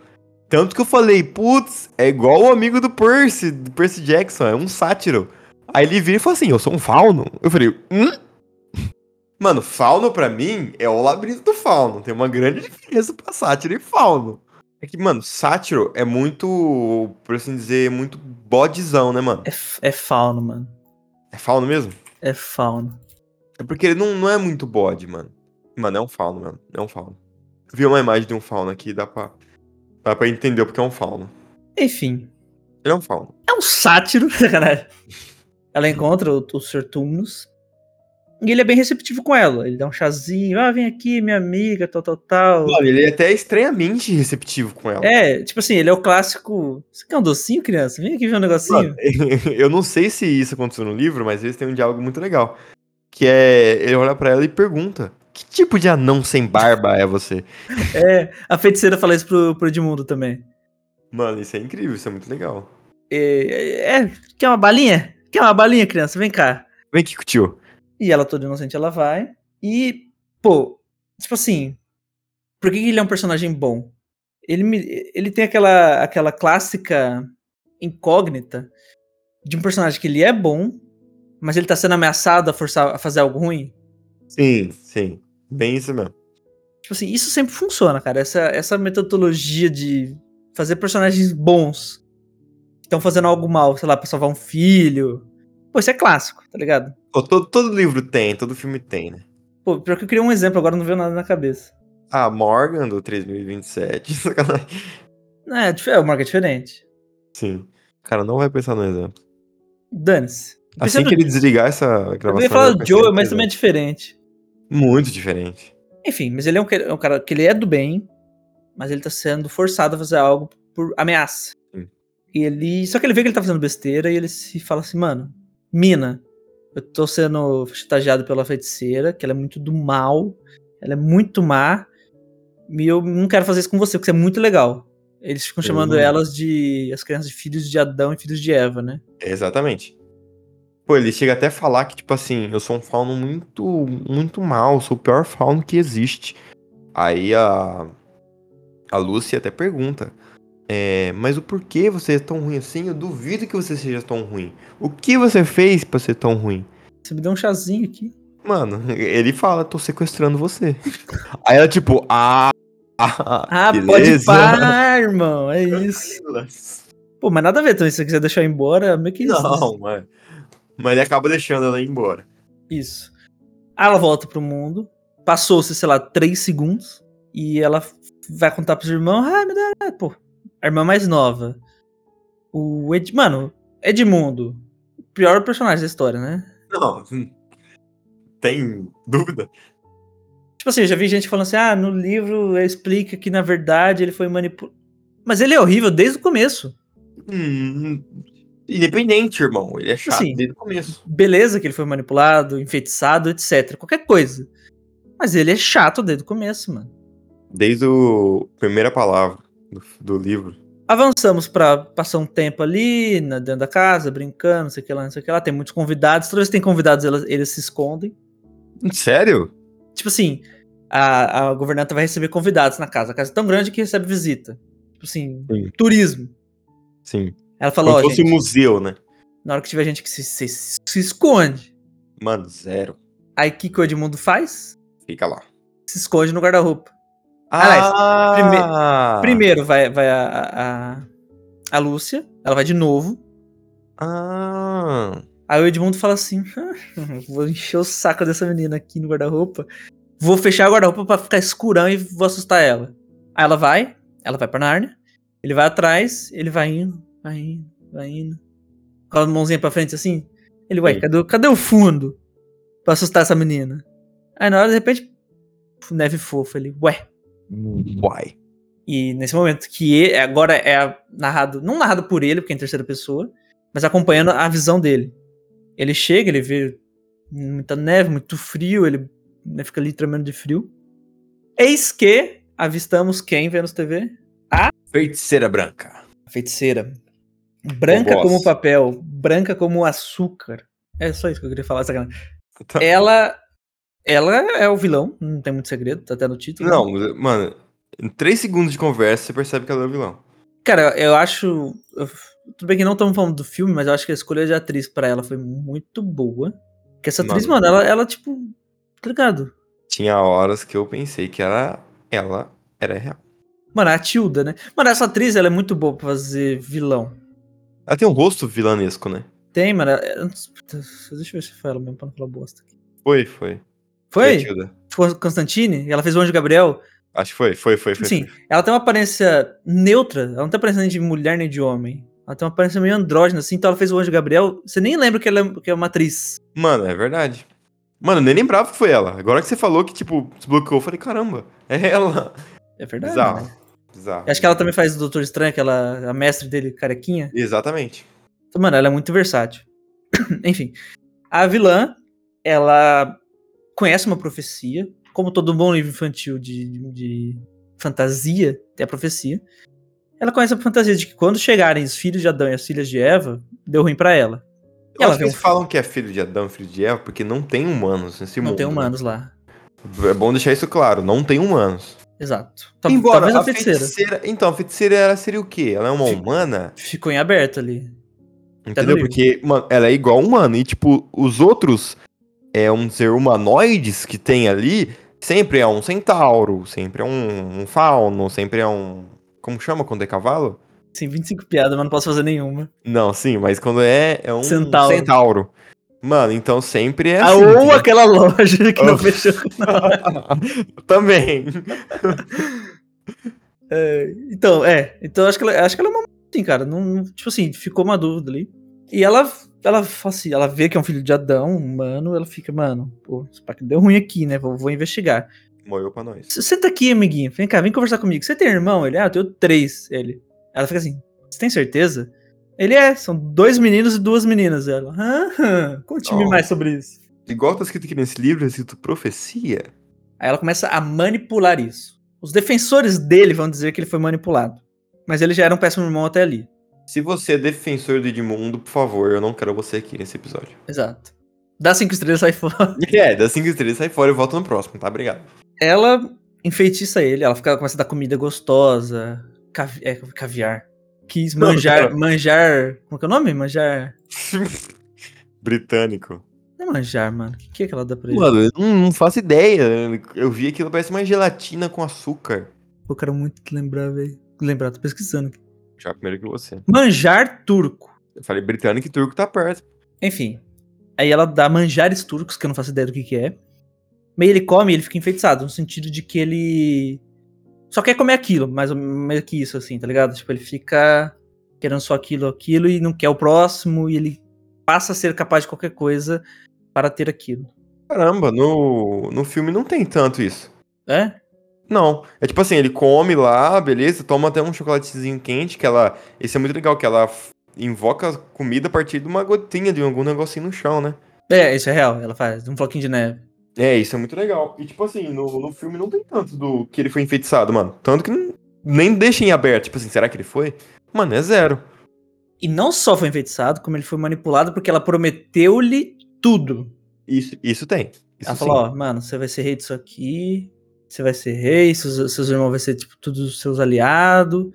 [SPEAKER 4] Tanto que eu falei, putz, é igual o amigo do Percy, do Percy Jackson, é um sátiro. Aí ele vira e fala assim, eu sou um fauno. Eu falei, hum? Mano, fauno pra mim é o labirinto do fauno. Tem uma grande diferença pra sátiro e fauno. É que, mano, sátiro é muito, por assim dizer, muito bodizão, né, mano?
[SPEAKER 3] É, f- é fauno, mano.
[SPEAKER 4] É fauno mesmo?
[SPEAKER 3] É fauno.
[SPEAKER 4] É porque ele não, não é muito bode, mano. Mano, é um fauno, mano. É um fauno. Vi uma imagem de um fauno aqui, dá pra, dá pra entender o porque é um fauno.
[SPEAKER 3] Enfim.
[SPEAKER 4] Ele é um fauno.
[SPEAKER 3] É um sátiro, sacanagem. Ela encontra o, o Sr. Tumnus. E ele é bem receptivo com ela. Ele dá um chazinho. Ah, vem aqui, minha amiga, tal, tal, tal.
[SPEAKER 4] Mano, ele é até estranhamente receptivo com ela.
[SPEAKER 3] É, tipo assim, ele é o clássico. Você quer um docinho, criança? Vem aqui ver um negocinho.
[SPEAKER 4] Mano, eu não sei se isso aconteceu no livro, mas eles têm um diálogo muito legal. Que é. Ele olha pra ela e pergunta: Que tipo de anão sem barba é você?
[SPEAKER 3] É, a feiticeira fala isso pro, pro Edmundo também.
[SPEAKER 4] Mano, isso é incrível, isso é muito legal.
[SPEAKER 3] É, é, quer uma balinha? Quer uma balinha, criança? Vem cá.
[SPEAKER 4] Vem aqui, tio.
[SPEAKER 3] E ela toda inocente, ela vai. E, pô, tipo assim, por que que ele é um personagem bom? Ele, me- ele tem aquela, aquela clássica incógnita de um personagem que ele é bom, mas ele tá sendo ameaçado a, forçar, a fazer algo ruim.
[SPEAKER 4] Sim, sim. Bem isso mesmo.
[SPEAKER 3] Tipo assim, isso sempre funciona, cara. Essa, essa metodologia de fazer personagens bons que estão fazendo algo mal, sei lá, pra salvar um filho. Pô, isso é clássico, tá ligado?
[SPEAKER 4] Pô, todo, todo livro tem, todo filme tem, né?
[SPEAKER 3] Pô, pior que eu queria um exemplo, agora não veio nada na cabeça.
[SPEAKER 4] Ah, Morgan do 3027. Sacanagem.
[SPEAKER 3] É, dif- é o marca é diferente.
[SPEAKER 4] Sim. Cara, não vai pensar no exemplo.
[SPEAKER 3] Dane-se.
[SPEAKER 4] Assim
[SPEAKER 3] Pensando-
[SPEAKER 4] que ele desligar essa gravação.
[SPEAKER 3] Eu ia
[SPEAKER 4] ele
[SPEAKER 3] falar
[SPEAKER 4] vai
[SPEAKER 3] do Joe,
[SPEAKER 4] pensar
[SPEAKER 3] mas
[SPEAKER 4] no
[SPEAKER 3] também é
[SPEAKER 4] exemplo.
[SPEAKER 3] diferente.
[SPEAKER 4] Muito diferente.
[SPEAKER 3] Enfim, mas ele é um, que- é um cara que ele é do bem, mas ele tá sendo forçado a fazer algo por ameaça.
[SPEAKER 4] Sim.
[SPEAKER 3] E ele. Só que ele vê que ele tá fazendo besteira e ele se fala assim, mano, mina, eu tô sendo chantageado pela feiticeira, que ela é muito do mal, ela é muito má, e eu não quero fazer isso com você, porque você é muito legal. Eles ficam
[SPEAKER 4] Eu
[SPEAKER 3] chamando
[SPEAKER 4] não-
[SPEAKER 3] elas de. as crianças de filhos de Adão e filhos de Eva, né?
[SPEAKER 4] Exatamente. Pô, ele chega até a falar que, tipo assim, eu sou um fauno muito, muito mal, sou o pior fauno que existe. Aí a. A Lucy até pergunta. É, mas o porquê você é tão ruim assim? Eu duvido que você seja tão ruim. O que você fez pra ser tão ruim?
[SPEAKER 3] Você me deu um chazinho aqui.
[SPEAKER 4] Mano, ele fala, tô sequestrando você. Aí ela, tipo, ah.
[SPEAKER 3] Ah, pode parar, irmão. É isso. Pô, mas nada a ver também. Se você quiser deixar eu ir embora, meio que isso. né?
[SPEAKER 4] Não, mano. Mas ele acaba deixando ela ir embora.
[SPEAKER 3] Isso. Aí ela volta pro mundo. Passou-se, sei lá, três segundos. E ela vai contar pros irmãos. Ah, me dá. ah, Pô, a irmã mais nova. O Ed. Mano, Edmundo. O pior personagem da história, né?
[SPEAKER 4] Não. Tem dúvida?
[SPEAKER 3] Tipo assim, eu já vi gente falando assim: ah, no livro explica que na verdade ele foi manipulado. Mas ele é horrível desde o começo.
[SPEAKER 4] Hum, independente, irmão. Ele é chato
[SPEAKER 3] Assim.
[SPEAKER 4] desde o começo.
[SPEAKER 3] beleza que ele foi manipulado, enfeitiçado, etc. Qualquer coisa. Mas ele é chato desde o começo, mano.
[SPEAKER 4] Desde a primeira palavra do, do livro.
[SPEAKER 3] Avançamos pra passar um tempo ali, na, dentro da casa, brincando, não sei o que lá, não sei o que lá. Tem muitos convidados. Toda vez que tem convidados, elas- eles se escondem.
[SPEAKER 4] Sério?
[SPEAKER 3] Tipo assim, a, a governanta vai receber convidados na casa. A casa é tão grande que recebe visita. Tipo assim,
[SPEAKER 4] Sim.
[SPEAKER 3] turismo.
[SPEAKER 4] Sim.
[SPEAKER 3] Ela
[SPEAKER 4] Como
[SPEAKER 3] fala, ó,
[SPEAKER 4] se fosse
[SPEAKER 3] gente,
[SPEAKER 4] um museu, né?
[SPEAKER 3] na hora que tiver gente que se, se, se esconde,
[SPEAKER 4] Mano, zero.
[SPEAKER 3] aí o que, que o Edmundo faz?
[SPEAKER 4] Fica lá.
[SPEAKER 3] Se esconde no guarda-roupa. Aliás,
[SPEAKER 4] Ah!
[SPEAKER 3] Primeiro vai, vai a, a, a- a Lúcia, ela vai de novo.
[SPEAKER 4] Ah!
[SPEAKER 3] Aí o Edmundo fala assim: vou encher o saco dessa menina aqui no guarda-roupa. Vou fechar o guarda-roupa pra ficar escurão e vou assustar ela. Aí ela vai, ela vai pra Narnia, ele vai atrás, ele vai indo, vai indo, vai indo. Com a mãozinha pra frente assim. Ele, ué,
[SPEAKER 4] Sim.
[SPEAKER 3] cadê, o- cadê o fundo? Pra assustar essa menina. Aí na hora, de repente, neve fofa, ele, ué.
[SPEAKER 4] Uai.
[SPEAKER 3] E nesse momento que e- agora é narrado, não narrado por ele, porque é em terceira pessoa, mas acompanhando a visão dele. Ele chega, ele vê muita neve, muito frio, ele né, fica ali tremendo de frio. Eis que avistamos quem vê nos TV?
[SPEAKER 4] Feiticeira branca.
[SPEAKER 3] A feiticeira. Branca
[SPEAKER 4] boss.
[SPEAKER 3] como o papel, branca como o açúcar. É só isso que eu queria falar, sacanagem.
[SPEAKER 4] Tá.
[SPEAKER 3] É. Ela, ela é o vilão, não tem muito segredo, tá até no título.
[SPEAKER 4] Não, mas, mano, em três segundos de conversa você percebe que ela é o vilão.
[SPEAKER 3] Cara, eu acho. eu- tudo bem que não estamos falando do filme, mas eu acho que a escolha de atriz pra ela foi muito boa. Que essa atriz,
[SPEAKER 4] Mano.
[SPEAKER 3] mano, ela, ela, tipo. Tá ligado?
[SPEAKER 4] Tinha horas que eu pensei que era ela era real.
[SPEAKER 3] Mano, a Tilda, né? Mano, essa atriz, ela é muito boa pra fazer vilão.
[SPEAKER 4] Ela tem um rosto vilanesco, né?
[SPEAKER 3] Tem, mano. é- eu não sei- puta, Deixa eu ver se foi ela mesmo pra não falar bosta. aqui.
[SPEAKER 4] Foi, foi. E a
[SPEAKER 3] Foi?
[SPEAKER 4] Tilda?
[SPEAKER 3] Foi Constantine? Ela fez o Anjo Gabriel?
[SPEAKER 4] Acho que foi, foi, foi, foi.
[SPEAKER 3] Sim,
[SPEAKER 4] foi.
[SPEAKER 3] ela tem uma aparência neutra, ela não tem aparência nem de mulher nem de homem. Ela tem uma aparência meio andrógena, assim, então ela fez o Anjo Gabriel. Você nem lembra que ela é- que é uma atriz.
[SPEAKER 4] Mano, é verdade. Mano, eu nem lembrava que foi ela. Agora que você falou que, tipo, desbloqueou, eu falei, caramba, é ela.
[SPEAKER 3] É verdade. né?
[SPEAKER 4] Bizarro. Bizarro.
[SPEAKER 3] Acho que ela também faz o Doutor Estranho, aquela a mestre dele carequinha.
[SPEAKER 4] Exatamente.
[SPEAKER 3] Então, mano, ela é muito versátil. Enfim. A vilã, ela conhece uma profecia, como todo bom livro infantil de, de- de fantasia, tem a profecia. Ela conhece a fantasia de que quando chegarem os filhos de Adão e as filhas de Eva, deu ruim pra ela.
[SPEAKER 4] Eu
[SPEAKER 3] ela
[SPEAKER 4] acho que
[SPEAKER 3] vê um
[SPEAKER 4] eles falam que é filho de Adão, filho de Eva, porque não tem humanos nesse
[SPEAKER 3] Não
[SPEAKER 4] mundo.
[SPEAKER 3] tem
[SPEAKER 4] né?
[SPEAKER 3] humanos lá.
[SPEAKER 4] É bom deixar isso claro, não tem humanos.
[SPEAKER 3] Exato. Tal-
[SPEAKER 4] Embora
[SPEAKER 3] Tá talvez
[SPEAKER 4] a,
[SPEAKER 3] a feiticeira.
[SPEAKER 4] feiticeira- Então, a feiticeira era, seria o quê? Ela é uma
[SPEAKER 3] Fi-
[SPEAKER 4] humana?
[SPEAKER 3] Ficou em aberto ali.
[SPEAKER 4] Entendeu?
[SPEAKER 3] livro.
[SPEAKER 4] Porque, mano, ela é igual a humano. E, tipo, os outros, é um ser humanoides que tem ali, sempre é um centauro, sempre é um, um fauno, sempre é um. Como chama quando é cavalo?
[SPEAKER 3] Sim, 25 piadas, mas não posso fazer nenhuma.
[SPEAKER 4] Não, sim, mas quando é, é um
[SPEAKER 3] Centauro.
[SPEAKER 4] centauro. Ou então sempre é.
[SPEAKER 3] Ah,
[SPEAKER 4] assim,
[SPEAKER 3] ou
[SPEAKER 4] né?
[SPEAKER 3] aquela loja que
[SPEAKER 4] Oh.
[SPEAKER 3] não fechou.
[SPEAKER 4] Também.
[SPEAKER 3] É, então, é. Então acho que ela, acho que ela é uma assim, cara. Não, não- tipo assim, ficou uma dúvida ali. E ela, ela fala assim, ela vê que é um filho de Adão, mano, ela fica, mano, pô, esse que deu ruim aqui, né? Vou, vou investigar.
[SPEAKER 4] Morreu pra nós.
[SPEAKER 3] "S- Senta aqui, amiguinho. Vem cá, vem conversar comigo. Você tem irmão? Ele, ah, eu tenho três. Ele. Ela fica assim, você tem certeza? Ele é, são dois meninos e duas meninas. Ela, hã? hã, conte-me
[SPEAKER 4] Oh.
[SPEAKER 3] mais sobre isso.
[SPEAKER 4] Igual tá escrito aqui nesse livro, tá escrito profecia.
[SPEAKER 3] Aí ela começa a manipular isso. Os defensores dele vão dizer que ele foi manipulado. Mas ele já era um péssimo irmão até ali.
[SPEAKER 4] Se você é defensor do Edmundo, por favor, eu não quero você aqui nesse episódio.
[SPEAKER 3] Exato. Dá cinco estrelas sai fora.
[SPEAKER 4] É, dá 5 estrelas, sai fora e volta no próximo, tá? Obrigado.
[SPEAKER 3] Ela enfeitiça ele, ela fica, começa a dar comida gostosa, cavi- é, caviar. Quis
[SPEAKER 4] Não,
[SPEAKER 3] manjar,
[SPEAKER 4] cara.
[SPEAKER 3] manjar. Como que é o nome? Manjar.
[SPEAKER 4] Britânico.
[SPEAKER 3] Não é manjar, mano. O que, que é que ela dá pra ele?
[SPEAKER 4] Mano, eu não, não faço ideia. Eu vi aquilo, parece uma gelatina com açúcar.
[SPEAKER 3] Pô, eu quero é muito lembrar, velho. Lembrar, tô pesquisando. aqui.
[SPEAKER 4] Já primeiro que você.
[SPEAKER 3] Manjar turco.
[SPEAKER 4] Eu falei britânico e turco tá perto.
[SPEAKER 3] Enfim. Aí ela dá manjares turcos, que eu não faço ideia do que, que é. Meio ele come e ele fica enfeitiçado, no sentido de que ele. Só quer comer aquilo, mais ou menos que isso, assim, tá ligado? Tipo, ele fica querendo só aquilo, aquilo, e não quer o próximo, e ele passa a ser capaz de qualquer coisa para ter aquilo.
[SPEAKER 4] Caramba, no, no filme não tem tanto isso.
[SPEAKER 3] É?
[SPEAKER 4] Não. É tipo assim, ele come lá, beleza, toma até um chocolatezinho quente, que ela. Esse é muito legal, que ela f- invoca comida a partir de uma gotinha de algum negocinho no chão, né?
[SPEAKER 3] É, isso é real, ela faz, um floquinho de neve.
[SPEAKER 4] É, isso é muito legal. E tipo assim, no, no filme não tem tanto do que ele foi enfeitiçado, mano. Tanto que não- nem deixa em aberto. Tipo assim, será que ele foi? Mano, é zero.
[SPEAKER 3] E não só foi enfeitiçado, como ele foi manipulado porque ela prometeu-lhe tudo.
[SPEAKER 4] Isso, isso tem. Isso
[SPEAKER 3] ela
[SPEAKER 4] sim.
[SPEAKER 3] falou, ó, mano, você vai ser rei disso aqui, você vai ser rei, seus, seus irmãos vão ser, tipo, todos os seus aliados,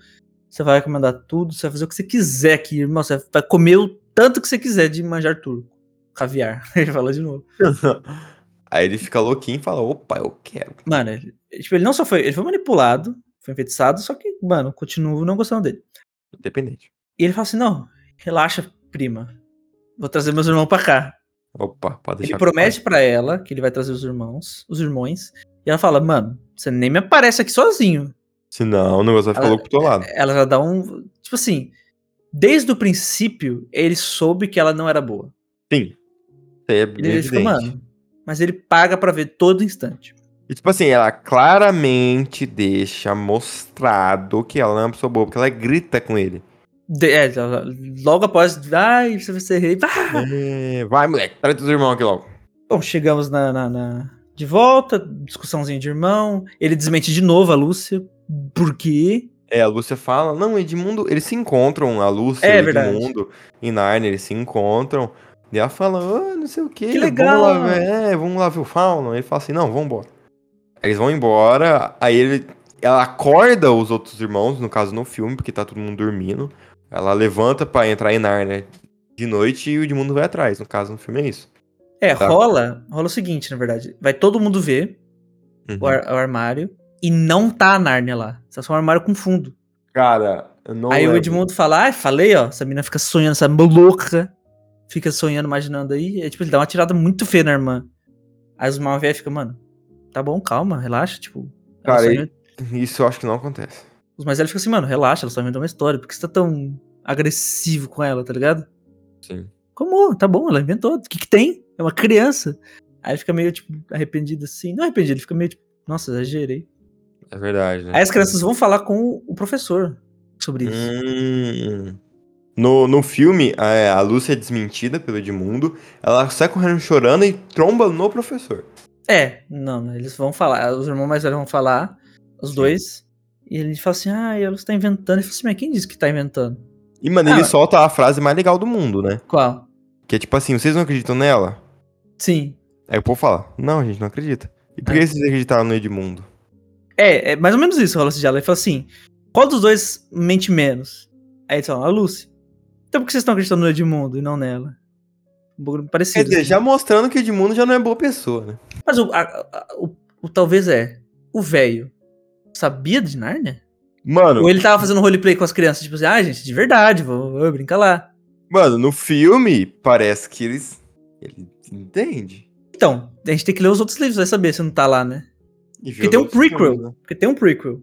[SPEAKER 3] você vai comandar tudo, você vai fazer o que você quiser aqui, irmão, você vai comer o tanto que você quiser de manjar turco, caviar. Ele fala de novo.
[SPEAKER 4] Aí ele fica louquinho e fala, opa, eu quero.
[SPEAKER 3] Mano, ele, tipo, ele não só foi, ele foi manipulado, foi enfeitiçado, só que, mano, continuo não gostando dele.
[SPEAKER 4] Independente.
[SPEAKER 3] E ele fala assim, não, relaxa, prima, vou trazer meus irmãos pra cá.
[SPEAKER 4] Opa, pode deixar.
[SPEAKER 3] Ele promete pra ela que ele vai trazer os irmãos, os irmãos, e ela fala, mano, você nem me aparece aqui sozinho.
[SPEAKER 4] Senão o negócio vai ficar
[SPEAKER 3] Ela-
[SPEAKER 4] louco pro teu lado.
[SPEAKER 3] ela já dá um. Tipo assim, desde o princípio, ele soube que ela não era boa.
[SPEAKER 4] Sim. Isso aí é
[SPEAKER 3] Ele
[SPEAKER 4] bem
[SPEAKER 3] fica,
[SPEAKER 4] evidente.
[SPEAKER 3] mano. Mas ele paga pra ver todo instante.
[SPEAKER 4] E tipo assim, ela claramente deixa mostrado que ela não é uma pessoa boa, porque ela grita com ele.
[SPEAKER 3] De- é, ela- logo após. Ai, você vai ser rei. Ah!
[SPEAKER 4] É, vai, moleque, traz teus irmãos aqui logo.
[SPEAKER 3] Bom, chegamos na, na- na- De volta, discussãozinha de irmão. Ele desmente de novo a Lúcia. Por quê?
[SPEAKER 4] É, a Lúcia fala, não, Edmundo, eles se encontram, a Lúcia
[SPEAKER 3] É
[SPEAKER 4] e o
[SPEAKER 3] verdade.
[SPEAKER 4] Edmundo e Narnia, eles se encontram. E ela fala, ah, não sei o quê,
[SPEAKER 3] Que legal.
[SPEAKER 4] Vamos lá, ver- é, vamos lá ver o fauno. Ele fala assim, não, vamos embora. Eles vão embora, aí ele, ela acorda os outros irmãos, no caso no filme, porque tá todo mundo dormindo. Ela levanta pra entrar em Narnia de noite e o Edmundo vai atrás, no caso no filme é isso.
[SPEAKER 3] É,
[SPEAKER 4] Tá.
[SPEAKER 3] rola. Rola o seguinte, na verdade. Vai todo mundo ver
[SPEAKER 4] Uhum.
[SPEAKER 3] o, ar- o armário. E não tá a Nárnia lá. Tá só um armário com fundo.
[SPEAKER 4] Cara, eu não
[SPEAKER 3] Aí o
[SPEAKER 4] lembro.
[SPEAKER 3] Edmundo fala, ah, falei, ó, essa menina fica sonhando, essa louca, fica sonhando, imaginando aí. É, tipo, ele dá uma tirada muito feia na irmã. Aí os mal fica, mano, tá bom, calma, relaxa, tipo. ela
[SPEAKER 4] Cara,
[SPEAKER 3] sonhou-
[SPEAKER 4] Isso eu acho que não acontece.
[SPEAKER 3] Os mais velhos ficam assim, mano, relaxa, ela só inventou uma história, por que você tá tão agressivo com ela, tá ligado?
[SPEAKER 4] Sim.
[SPEAKER 3] Como? Tá bom, ela inventou, o que que tem? É uma criança. Aí ele fica meio, tipo, arrependido assim. Não arrependido, ele fica meio, tipo, nossa, exagerei.
[SPEAKER 4] É Hum. verdade, né?
[SPEAKER 3] Aí as crianças vão falar com o professor sobre isso.
[SPEAKER 4] Hum. No, no filme, é, a Lúcia é desmentida pelo Edmundo, ela sai correndo chorando e tromba no professor.
[SPEAKER 3] É, não, eles vão falar. Os irmãos mais velhos vão falar, os dois. E ele fala assim: ah, ela está inventando. Eu falo assim, mas quem disse que está inventando?
[SPEAKER 4] E, mano,
[SPEAKER 3] Ah.
[SPEAKER 4] ele solta a frase mais legal do mundo, né?
[SPEAKER 3] Qual?
[SPEAKER 4] Que é tipo assim, vocês não acreditam nela?
[SPEAKER 3] Sim.
[SPEAKER 4] Aí o povo fala, não, a gente não acredita. E por que vocês acreditaram no Edmundo?
[SPEAKER 3] É, é mais ou menos isso rola esse diálogo. Ele fala assim: qual dos dois mente menos? Aí eles falam: a Lucy. Então por que vocês estão acreditando no Edmundo e não nela? Um pouco
[SPEAKER 4] Quer
[SPEAKER 3] parecido.
[SPEAKER 4] dizer,
[SPEAKER 3] assim.
[SPEAKER 4] já mostrando que Edmundo já não é boa pessoa, né?
[SPEAKER 3] Mas o, a- a- o- o talvez é. O velho sabia de Nárnia?
[SPEAKER 4] Mano,
[SPEAKER 3] Ou ele tava fazendo roleplay com as crianças, tipo assim, ah, gente, de verdade, vou, vou brincar lá.
[SPEAKER 4] mano, no filme parece que eles. Ele entende.
[SPEAKER 3] Então, a gente tem que ler os outros livros, vai saber se não tá lá, né?
[SPEAKER 4] E vê
[SPEAKER 3] Porque
[SPEAKER 4] os
[SPEAKER 3] tem um
[SPEAKER 4] outros
[SPEAKER 3] prequel.
[SPEAKER 4] filmes, né?
[SPEAKER 3] Porque tem um prequel.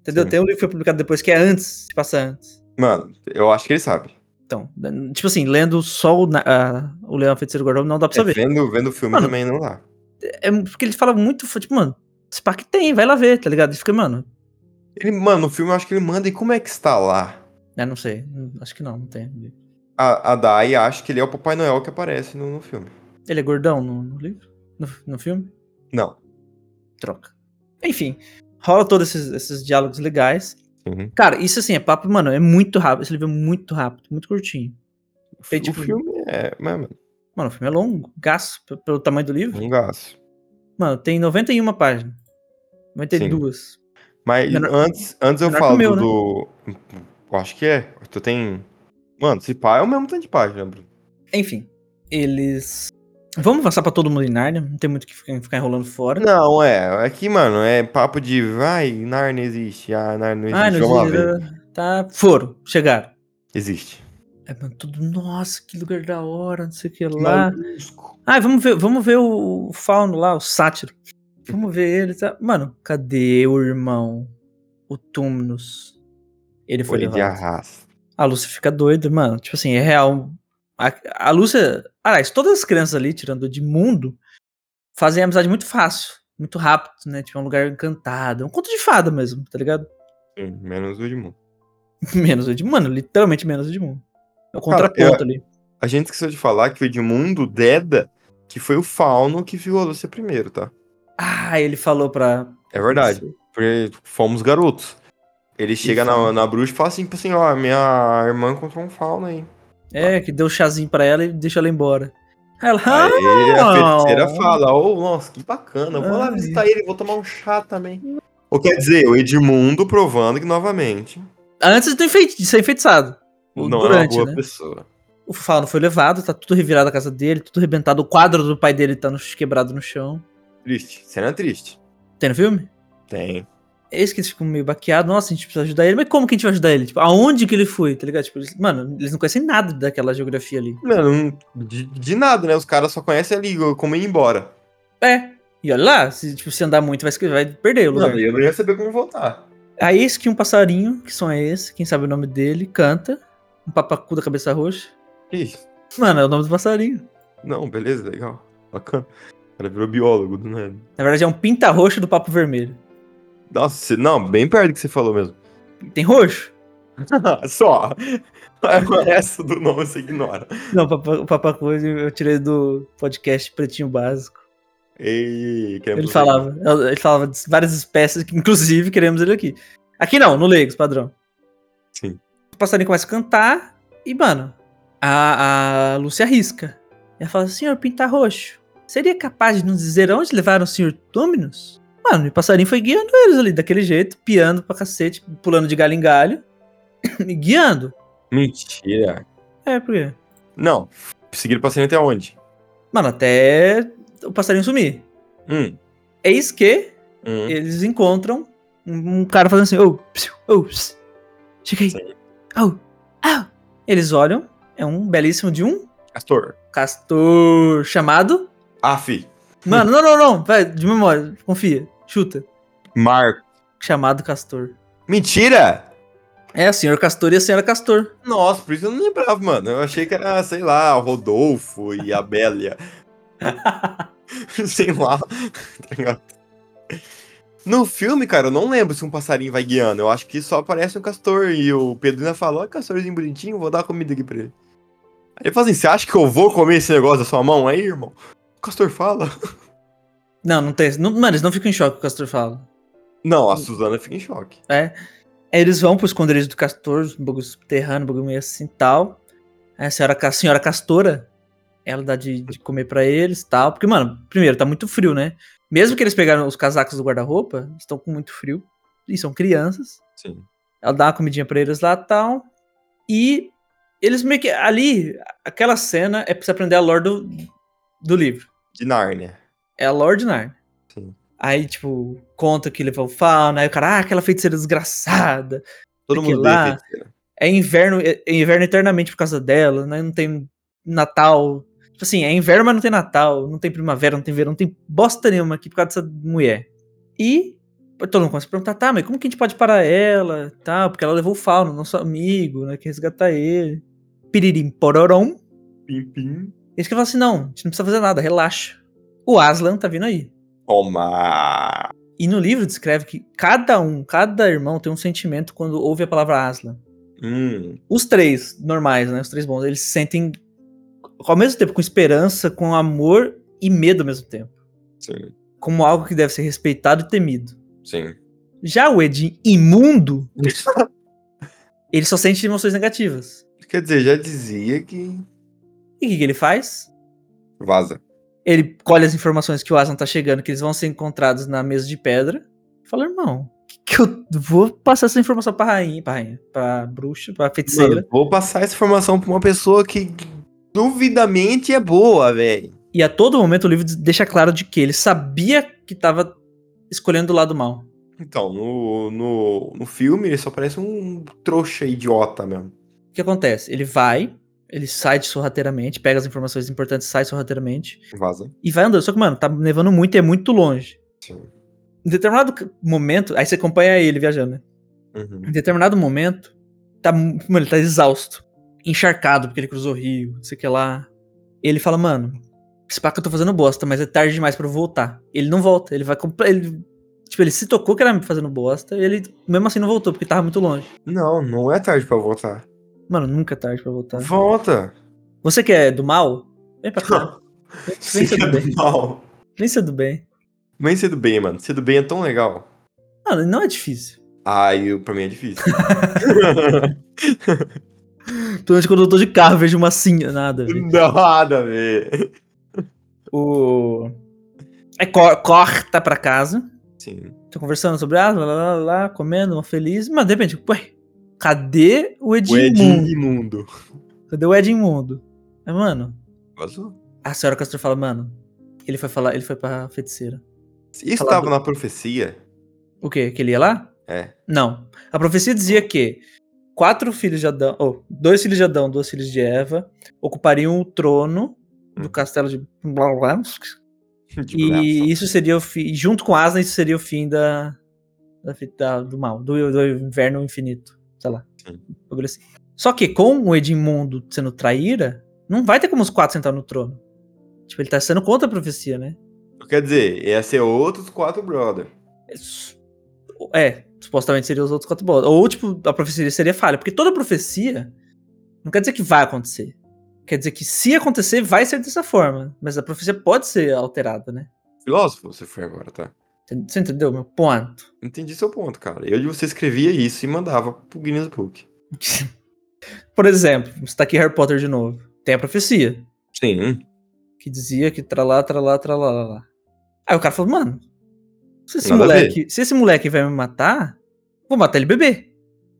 [SPEAKER 3] Entendeu?
[SPEAKER 4] Sim.
[SPEAKER 3] Tem um livro que foi publicado depois que é antes, se passa antes.
[SPEAKER 4] Mano, eu acho que ele sabe.
[SPEAKER 3] Então, n- tipo assim, lendo só o, na- a- o Leão Feiticeiro Guardião não dá pra
[SPEAKER 4] É,
[SPEAKER 3] saber.
[SPEAKER 4] vendo, vendo o filme
[SPEAKER 3] Mano.
[SPEAKER 4] também não dá.
[SPEAKER 3] É, porque ele fala muito, foi tipo, mano, esse parque tem, vai lá ver, tá ligado? E fica, mano,
[SPEAKER 4] Ele, mano, no filme eu acho que ele manda. E como é que está lá?
[SPEAKER 3] né, não sei, hum, acho que não, não tem.
[SPEAKER 4] A, a Dai acha que ele é o Papai Noel que aparece no, no filme.
[SPEAKER 3] Ele é gordão no, no livro? No, no filme?
[SPEAKER 4] Não.
[SPEAKER 3] Troca. Enfim, rola todos esses, esses diálogos legais.
[SPEAKER 4] Uhum.
[SPEAKER 3] Cara, isso assim, é papo, mano, é muito rápido, esse livro é muito rápido, muito curtinho. Tem,
[SPEAKER 4] o
[SPEAKER 3] tipo,
[SPEAKER 4] filme é. Mas, mano,
[SPEAKER 3] Mano, o filme é longo, gasto pe- pelo tamanho do livro.
[SPEAKER 4] um gasto.
[SPEAKER 3] Mano, tem 91 páginas. 92.
[SPEAKER 4] Mas
[SPEAKER 3] Menor-
[SPEAKER 4] antes, antes eu
[SPEAKER 3] menor
[SPEAKER 4] falo
[SPEAKER 3] que o meu, né?
[SPEAKER 4] do. Eu acho que é. Tu tem. Mano, se pá é o mesmo tanto de página, Bruno.
[SPEAKER 3] Enfim, eles. Vamos avançar pra todo mundo em Narnia. Não tem muito o que ficar ficar enrolando fora.
[SPEAKER 4] Não, é. Aqui, mano, é papo de. Vai, Narnia existe. Ah, Narnia não
[SPEAKER 3] ah,
[SPEAKER 4] existe. Vamos lá
[SPEAKER 3] não
[SPEAKER 4] ver.
[SPEAKER 3] existe. Tá. Foram, chegaram.
[SPEAKER 4] Existe.
[SPEAKER 3] É, mano, tudo. Nossa, que lugar da hora, não sei o que lá.
[SPEAKER 4] Molusco.
[SPEAKER 3] Ah, vamos ver, vamos ver o, o fauno lá, o sátiro. Vamos ver ele. Tá... Mano, cadê o irmão? O Tumnus. Ele foi
[SPEAKER 4] Foi de
[SPEAKER 3] levado.
[SPEAKER 4] arrasto.
[SPEAKER 3] A Lúcia fica doida, mano. Tipo assim, é real. A, a Lúcia. Aliás, todas as crianças ali, tirando de mundo, fazem amizade muito fácil, muito rápido, né? Tipo, é um lugar encantado. É um conto de fada mesmo, tá ligado?
[SPEAKER 4] Sim, Menos o Edmundo.
[SPEAKER 3] Menos o Edmundo. Mano, literalmente menos o Edmundo. É o
[SPEAKER 4] Cara,
[SPEAKER 3] contraponto ali.
[SPEAKER 4] A gente esqueceu de falar que o Edmundo Deda, que foi o fauno que viu a Lúcia primeiro, tá?
[SPEAKER 3] Ah, ele falou pra.
[SPEAKER 4] É verdade. Porque fomos garotos. Ele chega na, na bruxa e fala assim, tipo assim, ó, minha irmã encontrou um fauno aí.
[SPEAKER 3] É, que deu chazinho pra ela e deixou ela embora. Aí Ela. Ah,
[SPEAKER 4] Aí a feiticeira
[SPEAKER 3] não.
[SPEAKER 4] fala, ô, nossa, que bacana, vou lá
[SPEAKER 3] Ai.
[SPEAKER 4] visitar ele, vou tomar um chá também. Ou quer dizer, o Edmundo provando que, novamente,
[SPEAKER 3] "Ah, antes de, enfeiti- de ser enfeitiçado. Ou
[SPEAKER 4] não
[SPEAKER 3] durante,
[SPEAKER 4] é uma boa
[SPEAKER 3] né?
[SPEAKER 4] pessoa.
[SPEAKER 3] O Fauno foi levado, tá tudo revirado a casa dele, tudo arrebentado. O quadro do pai dele tá no- quebrado no chão.
[SPEAKER 4] Triste, cena triste.
[SPEAKER 3] Tem no filme?
[SPEAKER 4] Tem.
[SPEAKER 3] Eles que eles ficam meio baqueados. Nossa, a gente precisa ajudar ele. Mas como que a gente vai ajudar ele? Tipo, aonde que ele foi? Tá ligado? Tipo, eles- mano, eles não conhecem nada daquela geografia ali.
[SPEAKER 4] Mano, de, de nada, né? Os caras só conhecem ali como ir embora.
[SPEAKER 3] É. E olha lá, se tipo, se andar muito, vai, se- vai perder o lugar.
[SPEAKER 4] Mano, eu não ia saber como voltar.
[SPEAKER 3] Aí eis que um passarinho, que som é esse, quem sabe o nome dele, canta. Um papacu da cabeça roxa.
[SPEAKER 4] Triste.
[SPEAKER 3] Mano, é o nome do passarinho.
[SPEAKER 4] Não, beleza, legal. Bacana. O cara virou biólogo do nada.
[SPEAKER 3] Na verdade, é um pinta roxo do papo vermelho.
[SPEAKER 4] Nossa, você- não, bem perto do que você falou mesmo.
[SPEAKER 3] Tem roxo?
[SPEAKER 4] Só. O resto do nome você ignora.
[SPEAKER 3] Não, papa- o papacu eu tirei do podcast Pretinho Básico.
[SPEAKER 4] Ei, queremos
[SPEAKER 3] Ele
[SPEAKER 4] você.
[SPEAKER 3] falava, ele falava de várias espécies, que inclusive queremos ele aqui. Aqui não, no Leigos, padrão.
[SPEAKER 4] Sim.
[SPEAKER 3] O passarinho começa a cantar e, mano, a, a Lúcia arrisca. Ela fala, senhor Pintar Roxo, seria capaz de nos dizer aonde levaram o senhor Dominus? Mano, e o passarinho foi guiando eles ali, daquele jeito, piando pra cacete, pulando de galho em galho. e guiando.
[SPEAKER 4] Mentira.
[SPEAKER 3] É, por quê?
[SPEAKER 4] Não. Seguir o paciente até onde?
[SPEAKER 3] Mano, até o passarinho sumir.
[SPEAKER 4] Hum.
[SPEAKER 3] Eis que
[SPEAKER 4] hum.
[SPEAKER 3] eles encontram um, um cara fazendo assim, ô, psiu, ô, psiu, chega aí, ô, au. Eles olham, é um belíssimo de um
[SPEAKER 4] Castor.
[SPEAKER 3] castor chamado,
[SPEAKER 4] Afi.
[SPEAKER 3] mano, não, não, não, vai, de memória, confia, chuta,
[SPEAKER 4] Marco.
[SPEAKER 3] chamado castor.
[SPEAKER 4] Mentira!
[SPEAKER 3] É, o senhor castor e a senhora castor.
[SPEAKER 4] Nossa, por isso eu não lembrava, mano. Eu achei que era, sei lá, o Rodolfo e a Bélia. sei lá. Tá ligado? No filme, cara, eu não lembro se um passarinho vai guiando. Eu acho que só aparece um castor. E o Pedro ainda fala: Ó, castorzinho bonitinho, vou dar comida aqui pra ele. Aí ele fala assim: Você acha que eu vou comer esse negócio da sua mão aí, irmão? O castor fala.
[SPEAKER 3] Não, não tem. não- mano, eles não ficam em choque, o Castor fala.
[SPEAKER 4] Não, a Suzana fica em choque.
[SPEAKER 3] Aí eles vão pro esconderijo do Castor, um bagulho subterrâneo, um bagulho meio assim e tal. Aí a senhora, a senhora Castora, ela dá de, de comer pra eles e tal. Porque, mano, primeiro, tá muito frio, né? Mesmo que eles pegaram os casacos do guarda-roupa, estão com muito frio. E são crianças.
[SPEAKER 4] Sim.
[SPEAKER 3] Ela dá uma comidinha pra eles lá e tal. E eles meio que. Ali, aquela cena é pra você aprender a lore do, do livro.
[SPEAKER 4] De Nárnia.
[SPEAKER 3] É a Lord Narn.
[SPEAKER 4] Sim.
[SPEAKER 3] Aí, tipo, conta que levou fauna. Aí o cara, ah, aquela feiticeira desgraçada.
[SPEAKER 4] Todo
[SPEAKER 3] Porque
[SPEAKER 4] mundo
[SPEAKER 3] lá-
[SPEAKER 4] odeia feiticeira.
[SPEAKER 3] É inverno, é é inverno eternamente por causa dela, né? Não tem Natal. Tipo assim, é inverno, mas não tem Natal. Não tem primavera, não tem verão, não tem bosta nenhuma aqui por causa dessa mulher. E todo mundo começa a perguntar, tá, mas como que a gente pode parar ela? Tá, porque ela levou o Fauno, nosso amigo, né? Que resgatar ele. Piririm pororom.
[SPEAKER 4] Pim, pim.
[SPEAKER 3] Eles que falam assim, não, a gente não precisa fazer nada, relaxa. O Aslan tá vindo aí.
[SPEAKER 4] Toma!
[SPEAKER 3] E no livro descreve que cada um, cada irmão tem um sentimento quando ouve a palavra Aslan.
[SPEAKER 4] Hum,
[SPEAKER 3] Os três normais, né? Os três bons, eles se sentem ao mesmo tempo com esperança, com amor e medo ao mesmo tempo.
[SPEAKER 4] sim,
[SPEAKER 3] Como algo que deve ser respeitado e temido.
[SPEAKER 4] sim.
[SPEAKER 3] Já o Edin imundo, ele só sente emoções negativas.
[SPEAKER 4] Quer dizer, já dizia que.
[SPEAKER 3] E o que, que ele faz?
[SPEAKER 4] Vaza.
[SPEAKER 3] Ele colhe as informações que o Aslan tá chegando, que eles vão ser encontrados na mesa de pedra. Fala, irmão, que, que eu vou passar essa informação pra rainha, pra rainha, pra bruxa, pra feiticeira.
[SPEAKER 4] Mano, vou passar essa informação pra uma pessoa que duvidamente é boa, velho.
[SPEAKER 3] E a todo momento o livro deixa claro de que ele sabia que tava escolhendo o lado mal.
[SPEAKER 4] Então, no, no, no filme ele só parece um trouxa idiota mesmo.
[SPEAKER 3] O que acontece? Ele vai, ele sai de sorrateiramente, pega as informações importantes, sai sorrateiramente
[SPEAKER 4] Vaza.
[SPEAKER 3] e vai andando. Só que, mano, tá nevando muito e é muito longe.
[SPEAKER 4] Sim.
[SPEAKER 3] Em determinado c- momento, aí você acompanha ele viajando, né?
[SPEAKER 4] Uhum.
[SPEAKER 3] Em determinado momento, tá, mu- mano, ele tá exausto, encharcado porque ele cruzou o rio, não sei o que lá. Ele fala, mano, esse pá que eu tô fazendo bosta, mas é tarde demais pra eu voltar. Ele não volta, ele vai comprar. Ele, tipo, ele se tocou que era fazendo bosta e ele mesmo assim não voltou porque tava muito longe.
[SPEAKER 4] Não, não é tarde pra voltar.
[SPEAKER 3] Mano, nunca é tarde pra voltar.
[SPEAKER 4] Volta!
[SPEAKER 3] Você que é do mal? Vem pra cá.
[SPEAKER 4] Sim,
[SPEAKER 3] tudo bem.
[SPEAKER 4] é mal.
[SPEAKER 3] Vem ser do bem.
[SPEAKER 4] Mas ser do bem, mano. Ser do bem é tão legal.
[SPEAKER 3] Mano, não é difícil.
[SPEAKER 4] Ah, eu, pra mim é difícil.
[SPEAKER 3] Pelo menos quando eu tô de carro, eu vejo uma assim, nada. velho.
[SPEAKER 4] Nada, velho.
[SPEAKER 3] O. Aí cor- corta pra casa.
[SPEAKER 4] Sim.
[SPEAKER 3] Tô conversando sobre ah, lá, lá, lá, lá, comendo, uma feliz. Mas de repente, ué, cadê o
[SPEAKER 4] O Ed
[SPEAKER 3] Edmundo?
[SPEAKER 4] imundo.
[SPEAKER 3] Cadê o Edmundo? Aí, mano,
[SPEAKER 4] Vazou?
[SPEAKER 3] a senhora Castor fala, mano, ele foi falar, ele foi pra feiticeira.
[SPEAKER 4] Isso
[SPEAKER 3] Falar
[SPEAKER 4] tava
[SPEAKER 3] do-
[SPEAKER 4] na profecia?
[SPEAKER 3] O quê? Que ele ia lá?
[SPEAKER 4] É.
[SPEAKER 3] Não. A profecia dizia que quatro filhos de Adão, ou dois filhos de Adão, dois filhos de Eva, ocupariam o trono do
[SPEAKER 4] Hum.
[SPEAKER 3] castelo de blá blá. blá,
[SPEAKER 4] De
[SPEAKER 3] E
[SPEAKER 4] braço.
[SPEAKER 3] isso seria o fim, junto com Aslan, isso seria o fim da, da, fi- da- do mal, do, do inverno infinito, sei lá.
[SPEAKER 4] Sim.
[SPEAKER 3] Um bagulho assim. Só que com o Edmundo sendo traíra, não vai ter como os quatro sentar no trono. Tipo, ele tá sendo contra a profecia, né?
[SPEAKER 4] Quer dizer, ia ser outros quatro brother.
[SPEAKER 3] É, su- É, supostamente seriam os outros quatro bolas. Ou, tipo, a profecia seria falha. Porque toda profecia não quer dizer que vai acontecer. Quer dizer que se acontecer, vai ser dessa forma. Mas a profecia pode ser alterada, né?
[SPEAKER 4] Filósofo você foi agora, tá?
[SPEAKER 3] Você- Você entendeu meu ponto?
[SPEAKER 4] Entendi seu ponto, cara. Eu de você escrevia isso e mandava pro Guinness Book.
[SPEAKER 3] Por exemplo, você tá aqui em Harry Potter de novo. Tem a profecia,
[SPEAKER 4] Sim.
[SPEAKER 3] que dizia que tralá, tralá, tralá, lá, lá. Aí o cara falou, mano, se esse,
[SPEAKER 4] Nada a ver.
[SPEAKER 3] moleque, se esse moleque vai me matar, vou matar ele bebê.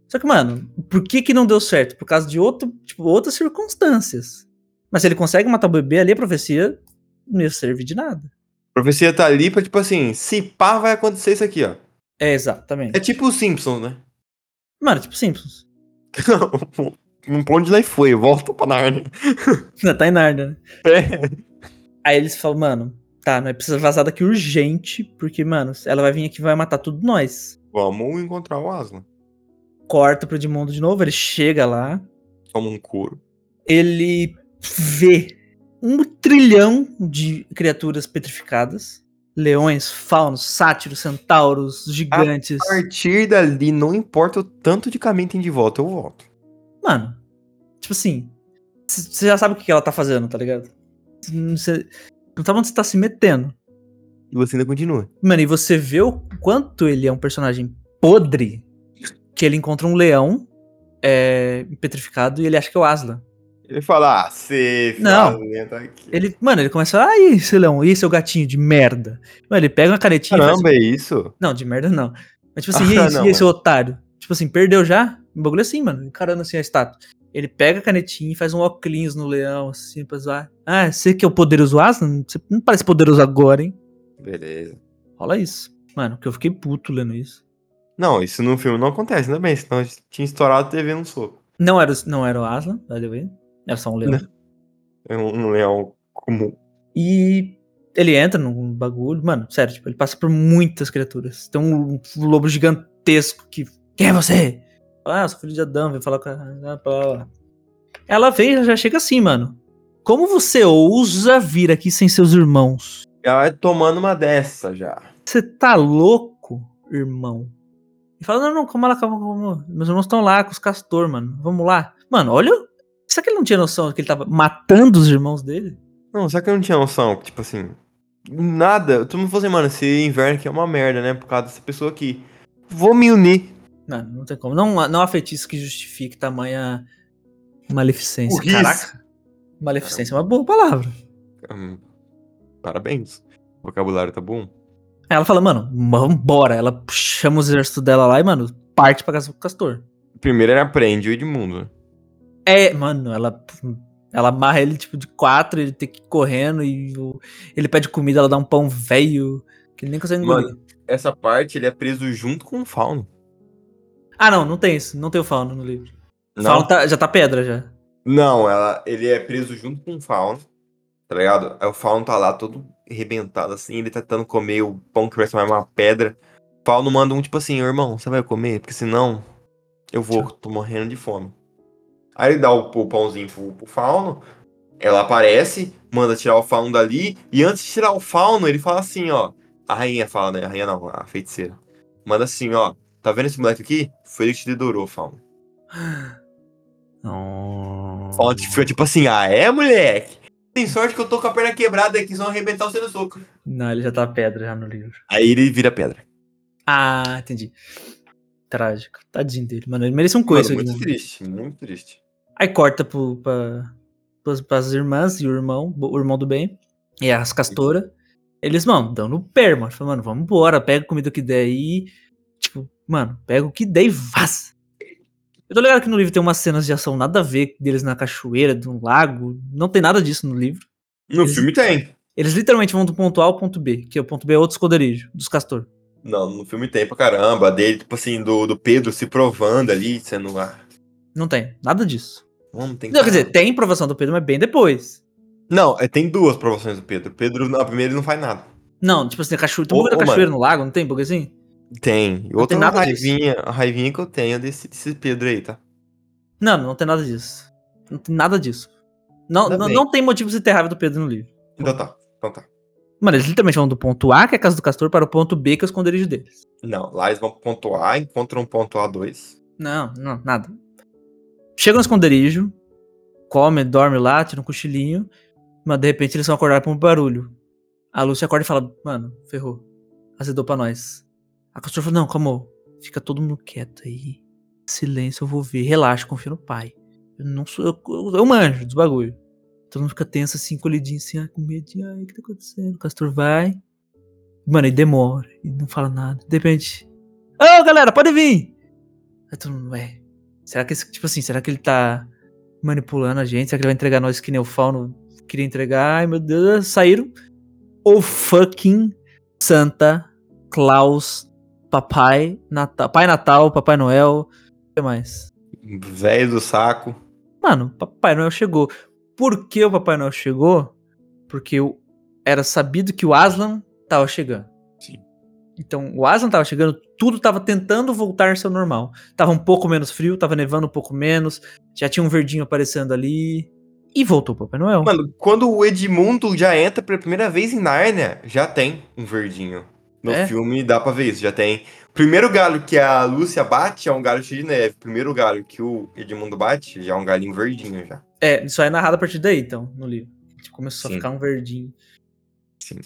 [SPEAKER 3] Só que, mano, por que que não deu certo? Por causa de outro, tipo, outras circunstâncias. Mas se ele consegue matar o bebê ali, a profecia não ia servir de nada.
[SPEAKER 4] A profecia tá ali pra, tipo assim, se pá, vai acontecer isso aqui, ó.
[SPEAKER 3] É,
[SPEAKER 4] É
[SPEAKER 3] exatamente.
[SPEAKER 4] tipo o Simpsons, né?
[SPEAKER 3] Mano, tipo Simpsons.
[SPEAKER 4] Não pra onde nós foi, volta pra Narnia.
[SPEAKER 3] Ainda tá em Narnia, né?
[SPEAKER 4] É.
[SPEAKER 3] Aí eles falam, mano, tá, nós precisamos vazar daqui urgente, porque, mano, ela vai vir aqui e vai matar tudo nós.
[SPEAKER 4] Vamos encontrar o Aslan.
[SPEAKER 3] corta pro Edmundo de novo, ele chega lá,
[SPEAKER 4] Toma um couro.
[SPEAKER 3] ele vê um trilhão de criaturas petrificadas. leões, faunos, sátiros, centauros, gigantes.
[SPEAKER 4] A partir dali, não importa o tanto de caminho que tem de volta, eu volto.
[SPEAKER 3] Mano, tipo assim, c- você já sabe o que que ela tá fazendo, tá ligado? Não cê- não sabe onde você tá se metendo.
[SPEAKER 4] E você ainda continua.
[SPEAKER 3] Mano, e você vê o quanto ele é um personagem podre que ele encontra um leão é, petrificado e ele acha que é o Aslan.
[SPEAKER 4] Ele fala, ah, você
[SPEAKER 3] Não.
[SPEAKER 4] tá aqui.
[SPEAKER 3] Ele, mano, ele começa, ai, seu leão, e seu gatinho de merda? Mano, ele pega uma canetinha e faz-
[SPEAKER 4] Caramba, é isso?
[SPEAKER 3] Não, de merda não. Mas tipo assim, e
[SPEAKER 4] Ah,
[SPEAKER 3] esse,
[SPEAKER 4] não,
[SPEAKER 3] e esse otário? Tipo assim, perdeu já? Um bagulho assim, mano, encarando assim a estátua. Ele pega a canetinha e faz um óculos no leão, assim, pra zoar. Ah, você que é o poderoso Aslan? Você não parece poderoso agora, hein?
[SPEAKER 4] Beleza.
[SPEAKER 3] Rola isso. Mano, que eu fiquei puto lendo isso.
[SPEAKER 4] Não, isso no filme não acontece, ainda bem, senão a gente tinha estourado a TV num soco.
[SPEAKER 3] Não era, o- não era o Aslan, valeu aí. Era só um leão.
[SPEAKER 4] É um, um leão comum.
[SPEAKER 3] E ele entra num bagulho. Mano, sério, tipo, ele passa por muitas criaturas. Tem um lobo gigantesco que. Quem é você? Ah, eu sou filho de Adão, vem falar com a. blá, blá, blá. Ela vem e já chega assim, mano. Como você ousa vir aqui sem seus irmãos?
[SPEAKER 4] Ela é tomando uma dessa já.
[SPEAKER 3] Você tá louco, irmão? E fala, não, não, calma lá, calma, calma. Meus irmãos estão lá com os castor, mano. Vamos lá. Mano, olha. o- Será que ele não tinha noção que ele tava matando os irmãos dele?
[SPEAKER 4] Não, será que eu não tinha noção? Tipo assim, nada. Todo mundo falou assim, mano, esse inverno aqui é uma merda, né? Por causa dessa pessoa aqui. Vou me unir.
[SPEAKER 3] Não, não tem como. Não, há- não há feitiço que justifique tamanha maleficência.
[SPEAKER 4] Burrice.
[SPEAKER 3] Caraca. Maleficência é uma boa palavra.
[SPEAKER 4] Hum, parabéns. O vocabulário tá bom.
[SPEAKER 3] Aí ela fala, mano, vambora. Ela chama os exércitos dela lá e, mano, parte pra casa do castor.
[SPEAKER 4] Primeiro ele aprende o Edmundo. né?
[SPEAKER 3] É, mano, ela. Ela amarra ele, tipo, de quatro, ele tem que ir correndo e o- ele pede comida, ela dá um pão velho, que ele nem consegue engolir.
[SPEAKER 4] Essa parte ele é preso junto com o Fauno.
[SPEAKER 3] Ah, não, não tem isso. Não tem o fauno no livro. O fauno tá- já tá pedra já.
[SPEAKER 4] Não, ela, ele é preso junto com o Fauno, tá ligado? Aí o Fauno tá lá todo arrebentado assim, ele tá tentando comer o pão que parece mais uma pedra. O Fauno manda um tipo assim, irmão, você vai comer? Porque senão eu vou, tô morrendo de fome. Aí ele dá o, o pãozinho pro, pro Fauno, ela aparece, manda tirar o Fauno dali, e antes de tirar o Fauno, ele fala assim, ó, a rainha fala, né? A rainha não, a feiticeira. Manda assim, ó, tá vendo esse moleque aqui? Foi ele que te dedurou, Fauno. Fala que fica tipo assim, ah, é, moleque? Tem sorte que eu tô com a perna quebrada aqui, senão arrebentar o seu soco.
[SPEAKER 3] Não, ele já tá pedra já no livro.
[SPEAKER 4] Aí ele vira pedra.
[SPEAKER 3] Ah, entendi. Trágico. Tadinho dele, mano. Ele merecia um coice.
[SPEAKER 4] muito
[SPEAKER 3] aqui, mano.
[SPEAKER 4] triste, muito triste.
[SPEAKER 3] Aí corta pro, pra, pras, pras irmãs e o irmão, o irmão do bem, e as castora. Eles, mano, dão no pé, mano. Fala, mano, vambora, pega a comida que der aí. Tipo, mano, pega o que der e vaza. Eu tô ligado que no livro tem umas cenas de ação nada a ver deles na cachoeira, de um lago. Não tem nada disso no livro.
[SPEAKER 4] No
[SPEAKER 3] Esse-
[SPEAKER 4] filme tem.
[SPEAKER 3] Eles literalmente vão do ponto A ao ponto B, que é o ponto B é outro esconderijo, dos castor.
[SPEAKER 4] Não, no filme tem pra caramba. Dele, tipo assim, do, do Pedro se provando ali, sendo lá.
[SPEAKER 3] Não tem, nada disso.
[SPEAKER 4] Vamos, tem
[SPEAKER 3] Não, quer dizer, tem provação do Pedro, mas bem depois.
[SPEAKER 4] Não, é, tem duas provações do Pedro. Pedro, na primeira, ele não faz nada.
[SPEAKER 3] Não, tipo assim, a cachoeira. Tem
[SPEAKER 4] Ô,
[SPEAKER 3] um bagulho
[SPEAKER 4] ô,
[SPEAKER 3] da cachoeira no lago, não tem? Porque assim?
[SPEAKER 4] Tem. E outra
[SPEAKER 3] tem nada disso.
[SPEAKER 4] raivinha, a raivinha que eu tenho desse, desse Pedro aí, tá?
[SPEAKER 3] Não, não tem nada disso. Não tem nada disso. Não,
[SPEAKER 4] Ainda
[SPEAKER 3] não,
[SPEAKER 4] bem.
[SPEAKER 3] não tem motivos de ter raiva do Pedro no livro.
[SPEAKER 4] Então tá, então tá.
[SPEAKER 3] Mano, eles literalmente vão do ponto A, que é a casa do castor, para o ponto B, que é o esconderijo deles.
[SPEAKER 4] Não, lá eles vão pontuar, encontram um ponto A2.
[SPEAKER 3] Não, não, nada. Chega no esconderijo, come, dorme lá, tira um cochilinho, mas de repente eles são acordados por um barulho. A Lúcia acorda e fala, mano, ferrou. Azedou pra nós. A castor falou, não, calma, fica todo mundo quieto aí. Silêncio, eu vou ver, relaxa, confia no pai. Eu não sou, eu, eu, eu manjo dos bagulho. Todo mundo fica tenso assim, colhidinho assim, ai, com medo, de, ai, o que tá acontecendo? O castor vai. Mano, e demora, e não fala nada. De repente, ô galera, pode vir! Aí todo mundo, ué, será que esse, tipo assim, será que ele tá manipulando a gente? Será que ele vai entregar nós que nem o Fauno queria entregar? Ai, meu Deus, saíram. O fucking Santa Claus, Papai Natal, Pai Natal, Papai Noel, o que mais?
[SPEAKER 4] Velho do saco.
[SPEAKER 3] Mano, Papai Noel chegou. Por que o Papai Noel chegou? Porque o- era sabido que o Aslan tava chegando.
[SPEAKER 4] Sim.
[SPEAKER 3] Então, o Aslan tava chegando, tudo tava tentando voltar ao seu normal. Tava um pouco menos frio, tava nevando um pouco menos, já tinha um verdinho aparecendo ali. e voltou o Papai Noel.
[SPEAKER 4] Mano, quando o Edmundo já entra pela primeira vez em Nárnia, já tem um verdinho. No
[SPEAKER 3] É?
[SPEAKER 4] filme dá pra ver isso, já tem. Primeiro galho que a Lúcia bate é um galho cheio de neve. Primeiro galho que o Edmundo bate já é um galinho verdinho já.
[SPEAKER 3] É, isso aí é narrado a partir daí, então, no livro. Tipo, Começou
[SPEAKER 4] Sim.
[SPEAKER 3] a ficar um verdinho.
[SPEAKER 4] Sim.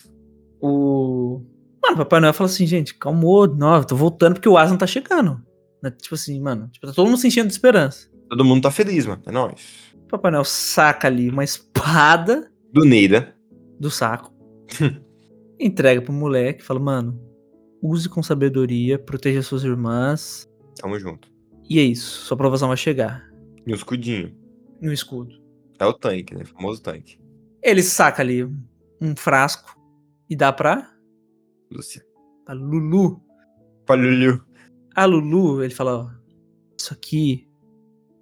[SPEAKER 3] O. Mano, o Papai Noel fala assim, gente, calmou, não, eu tô voltando porque o Aslan tá chegando. Né, Tipo assim, mano, tipo, tá todo mundo se enchendo de esperança.
[SPEAKER 4] Todo mundo tá feliz, mano. É nóis.
[SPEAKER 3] O Papai Noel saca ali uma espada
[SPEAKER 4] Do Neira.
[SPEAKER 3] do saco, entrega pro moleque, fala, mano, use com sabedoria, proteja suas irmãs,
[SPEAKER 4] Tamo junto.
[SPEAKER 3] e é isso, sua provação vai chegar.
[SPEAKER 4] E o escudinho.
[SPEAKER 3] E um escudo.
[SPEAKER 4] É o tanque, né? O famoso tanque.
[SPEAKER 3] Ele saca ali um frasco e dá pra,
[SPEAKER 4] Lúcia.
[SPEAKER 3] pra Lulu.
[SPEAKER 4] Palhulho.
[SPEAKER 3] A Lulu, ele fala, ó, isso aqui,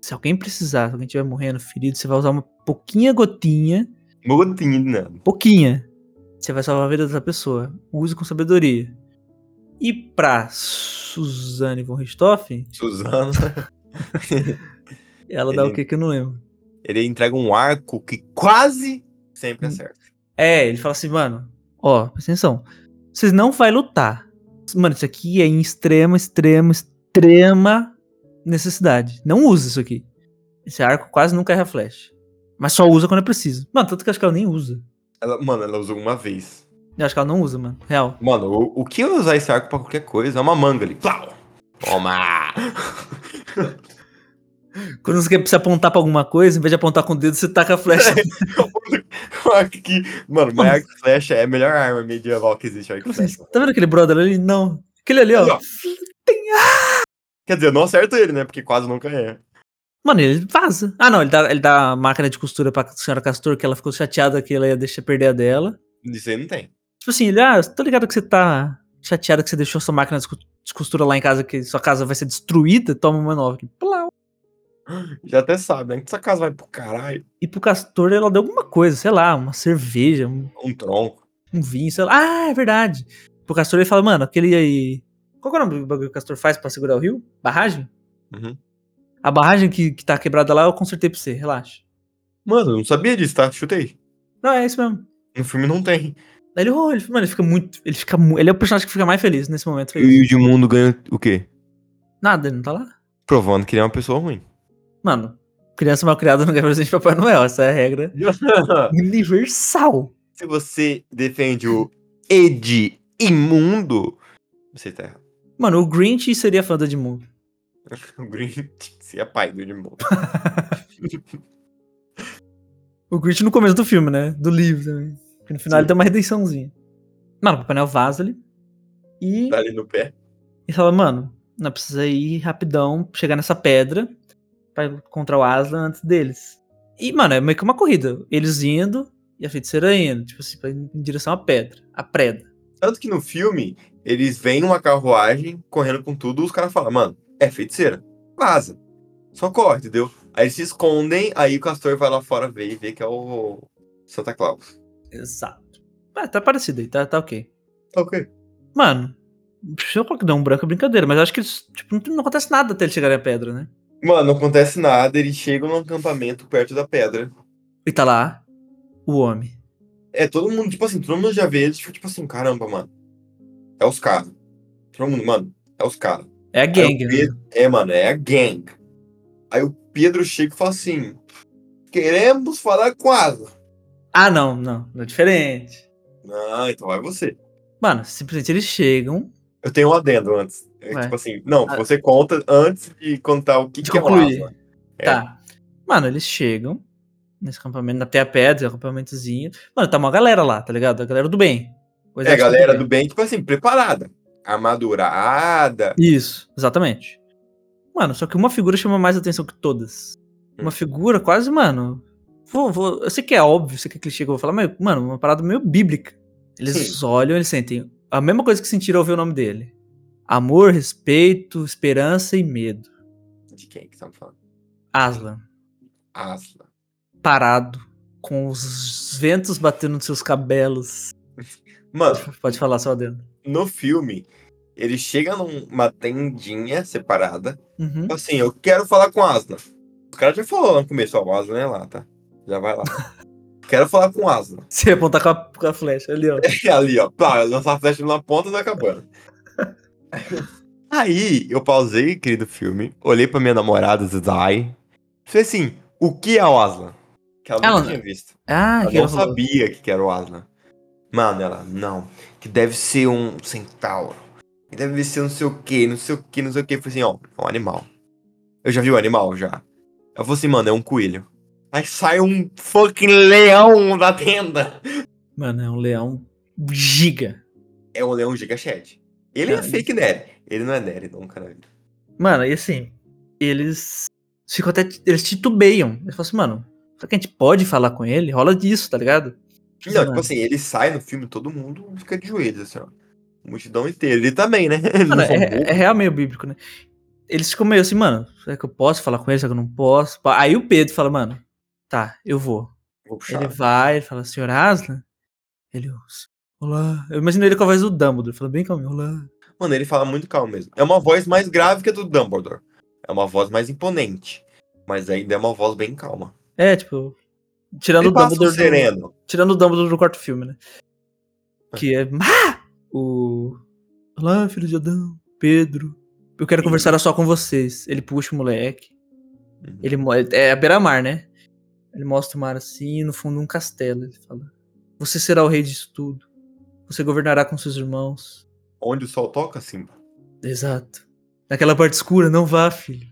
[SPEAKER 3] se alguém precisar, se alguém estiver morrendo, ferido, você vai usar uma pouquinha gotinha,
[SPEAKER 4] Mogotinho de nada.
[SPEAKER 3] pouquinha, você vai salvar a vida dessa pessoa. Use com sabedoria. E pra Suzane von Richthofen,
[SPEAKER 4] Suzana.
[SPEAKER 3] ela dá o
[SPEAKER 4] Ele-
[SPEAKER 3] que que eu não lembro.
[SPEAKER 4] Ele entrega um arco que quase sempre acerta.
[SPEAKER 3] É, ele fala assim, mano, ó, presta atenção. Vocês não vai lutar. Mano, isso aqui é em extrema, extrema, extrema necessidade. Não usa isso aqui. Esse arco quase nunca erra flecha. Mas só usa quando é preciso. Mano, tanto que eu acho que ela nem usa.
[SPEAKER 4] Ela, mano, ela usou uma vez.
[SPEAKER 3] Eu acho que ela não usa, mano. Real.
[SPEAKER 4] Mano, o, o que eu usar esse arco pra qualquer coisa? É uma manga ali. Plau! Toma!
[SPEAKER 3] Quando você quer precisa apontar pra alguma coisa, em vez de apontar com o dedo, você taca a flecha.
[SPEAKER 4] O arco que- Mano, mas arco e flecha é a melhor arma medieval que existe. Arco e flecha.
[SPEAKER 3] tá vendo aquele brother ali? Não. Aquele ali, ó.
[SPEAKER 4] Não. Quer dizer, eu não acerto ele, né? Porque quase nunca é.
[SPEAKER 3] Mano, ele vaza. Ah, não, ele dá, ele dá a máquina de costura pra senhora Castor, que ela ficou chateada que ela ia deixar perder a dela.
[SPEAKER 4] Isso aí não tem.
[SPEAKER 3] Tipo assim, ele, ah, tô ligado que você tá chateado que você deixou sua máquina de cos- de costura lá em casa, que sua casa vai ser destruída, toma uma nova. Plau.
[SPEAKER 4] Já até sabe, né? Que essa casa vai pro caralho.
[SPEAKER 3] E pro Castor ela deu alguma coisa, sei lá, uma cerveja, um,
[SPEAKER 4] Um tronco.
[SPEAKER 3] um vinho, sei lá. Ah, é verdade. Pro Castor ele fala, mano, aquele aí. Qual que é o nome do bagulho que o Castor faz pra segurar o rio? Barragem?
[SPEAKER 4] Uhum.
[SPEAKER 3] A barragem que, que tá quebrada lá, eu consertei pra você, relaxa.
[SPEAKER 4] Mano, eu não sabia disso, tá? Chutei.
[SPEAKER 3] Não, é isso mesmo.
[SPEAKER 4] No filme não tem.
[SPEAKER 3] Aí Ele, oh, ele, mano, ele fica muito. Ele fica mu- Ele é o personagem que fica mais feliz nesse momento. foi isso.
[SPEAKER 4] o Edmundo ganha o quê?
[SPEAKER 3] Nada, ele não tá lá?
[SPEAKER 4] Provando que ele é uma pessoa ruim.
[SPEAKER 3] Mano, criança mal criada não ganha presente de Papai Noel. Essa é a regra universal.
[SPEAKER 4] Se você defende o Ed imundo, você tá errado.
[SPEAKER 3] Mano, o Grinch seria fã do Edmundo.
[SPEAKER 4] O Grinch, você é pai do Edmundo.
[SPEAKER 3] O Grinch no começo do filme, né? Do livro também. Porque no final
[SPEAKER 4] Sim.
[SPEAKER 3] ele dá uma redençãozinha. Mano, o Papai Noel vaza ali. E
[SPEAKER 4] Tá ali no pé.
[SPEAKER 3] e fala, mano, nós precisa ir rapidão, chegar nessa pedra pra encontrar o Aslan antes deles. E, mano, é meio que uma corrida. Eles indo e a feiticeira indo. Tipo assim, pra- em direção à pedra. A preda.
[SPEAKER 4] Tanto que no filme, eles veem uma carruagem correndo com tudo, os caras falam, mano, é feiticeira. Vaza. Só corre, entendeu? Aí eles se escondem, aí o castor vai lá fora ver e vê que é o Santa Claus.
[SPEAKER 3] Exato. Ah, tá parecido aí, tá, tá ok.
[SPEAKER 4] Ok.
[SPEAKER 3] Mano, se eu colocar um branco é brincadeira, mas eu acho que eles, tipo, não, não acontece nada até ele chegar na pedra, né?
[SPEAKER 4] Mano, não acontece nada, eles chegam num acampamento perto da pedra.
[SPEAKER 3] E tá lá o homem.
[SPEAKER 4] É, todo mundo, tipo assim, todo mundo já vê eles, fica tipo assim, caramba, mano. É os caras. Todo mundo, mano, é os caras.
[SPEAKER 3] É a
[SPEAKER 4] Aí o
[SPEAKER 3] gangue, né?
[SPEAKER 4] Pedro- É, mano, é a gang. Aí o Pedro chega e fala assim: Queremos falar com a Aslan.
[SPEAKER 3] Ah, não, não, não é diferente.
[SPEAKER 4] Ah, então vai você.
[SPEAKER 3] Mano, simplesmente eles chegam
[SPEAKER 4] Eu tenho um adendo antes. É,
[SPEAKER 3] Vai.
[SPEAKER 4] tipo assim, não,
[SPEAKER 3] Ah.
[SPEAKER 4] você conta antes de contar o que,
[SPEAKER 3] de
[SPEAKER 4] que é o
[SPEAKER 3] concluir.
[SPEAKER 4] Aslan. É.
[SPEAKER 3] Tá. Mano, eles chegam nesse acampamento, até a pedra, é um acampamentozinho. Mano, tá uma galera lá, tá ligado? A galera do bem. O
[SPEAKER 4] É a
[SPEAKER 3] exército
[SPEAKER 4] galera do
[SPEAKER 3] bem.
[SPEAKER 4] bem, tipo assim, preparada. Armadurada.
[SPEAKER 3] Isso, exatamente. Mano, só que uma figura chama mais atenção que todas. Uma
[SPEAKER 4] Hum.
[SPEAKER 3] figura quase, mano. Vou, vou, eu sei que é óbvio, eu sei que é clichê que eu vou falar, mas, mano, uma parada meio bíblica. Eles
[SPEAKER 4] Sim.
[SPEAKER 3] olham, eles sentem a mesma coisa que sentiram ao ouvir o nome dele: amor, respeito, esperança e medo.
[SPEAKER 4] De quem que estamos falando?
[SPEAKER 3] Aslan,
[SPEAKER 4] Aslan.
[SPEAKER 3] parado, com os ventos batendo nos seus cabelos.
[SPEAKER 4] Mano,
[SPEAKER 3] Pode falar, seu Adendo.
[SPEAKER 4] no filme, ele chega numa tendinha separada.
[SPEAKER 3] Uhum.
[SPEAKER 4] Tipo assim, eu quero falar com o Aslan. Os caras já falaram no começo, ó, o Aslan é lá, tá? Já vai lá. Quero falar com o Aslan.
[SPEAKER 3] Você ia apontar com a, com a flecha ali, ó.
[SPEAKER 4] E ali, ó, pá, eu lançar a flecha na ponta da cabana. Aí, eu pausei, querido filme, olhei pra minha namorada, Zidai, falei assim, o que é o Aslan? Que ela
[SPEAKER 3] Ela
[SPEAKER 4] não
[SPEAKER 3] não-
[SPEAKER 4] tinha visto.
[SPEAKER 3] Ah,
[SPEAKER 4] Ela
[SPEAKER 3] que ela
[SPEAKER 4] não
[SPEAKER 3] falou.
[SPEAKER 4] sabia que era o Aslan. Mano, ela, não, que deve ser um centauro, que deve ser não sei o que, não sei o que, não sei o que. Falei assim, ó, é um animal. Eu já vi o animal, já. Eu falei assim, mano, é um coelho. Aí sai um fucking leão da tenda.
[SPEAKER 3] Mano, é um leão giga.
[SPEAKER 4] é um leão gigachete. Ele é
[SPEAKER 3] Cara,
[SPEAKER 4] fake Nery. Ele não é Nery, não, cara.
[SPEAKER 3] Mano, e assim, eles ficam até. Eles titubeiam. Eles falam assim, mano, será que a gente pode falar com ele? Rola disso, tá ligado?
[SPEAKER 4] Não, tipo
[SPEAKER 3] Mano.
[SPEAKER 4] assim, ele sai no filme, todo mundo fica de joelhos, assim, ó. Multidão inteira. Ele também, né? Ele
[SPEAKER 3] Mano,
[SPEAKER 4] não são
[SPEAKER 3] é, é
[SPEAKER 4] burros.
[SPEAKER 3] real meio bíblico, né? Eles ficam meio assim, mano, será que eu posso falar com ele? Será que eu não posso? Pá, Aí o Pedro fala, mano, tá, eu vou.
[SPEAKER 4] Vou puxar.
[SPEAKER 3] Ele vai, ele fala, senhor Aslan? Ele, olá. Eu imagino ele com a voz do Dumbledore, fala bem calminho, olá.
[SPEAKER 4] Mano, ele fala muito calmo mesmo. É uma voz mais grave que a do Dumbledore. É uma voz mais imponente. Mas ainda é uma voz bem calma.
[SPEAKER 3] É, tipo, tirando
[SPEAKER 4] Ele
[SPEAKER 3] o
[SPEAKER 4] passa um
[SPEAKER 3] Dumbledore. do-
[SPEAKER 4] sereno.
[SPEAKER 3] tirando o Dumbledore do quarto filme, né? Que é. Ah! O. Olá, filho de Adão, Pedro. Eu quero conversar só com vocês. Ele puxa o moleque.
[SPEAKER 4] Uhum.
[SPEAKER 3] Ele mo- É a beira-mar, né? Ele mostra o mar assim, e no fundo um castelo. Ele fala: Você será o rei disso tudo. Você governará com seus irmãos.
[SPEAKER 4] Onde o sol toca, Simba.
[SPEAKER 3] Exato. Naquela parte escura, não vá, filho.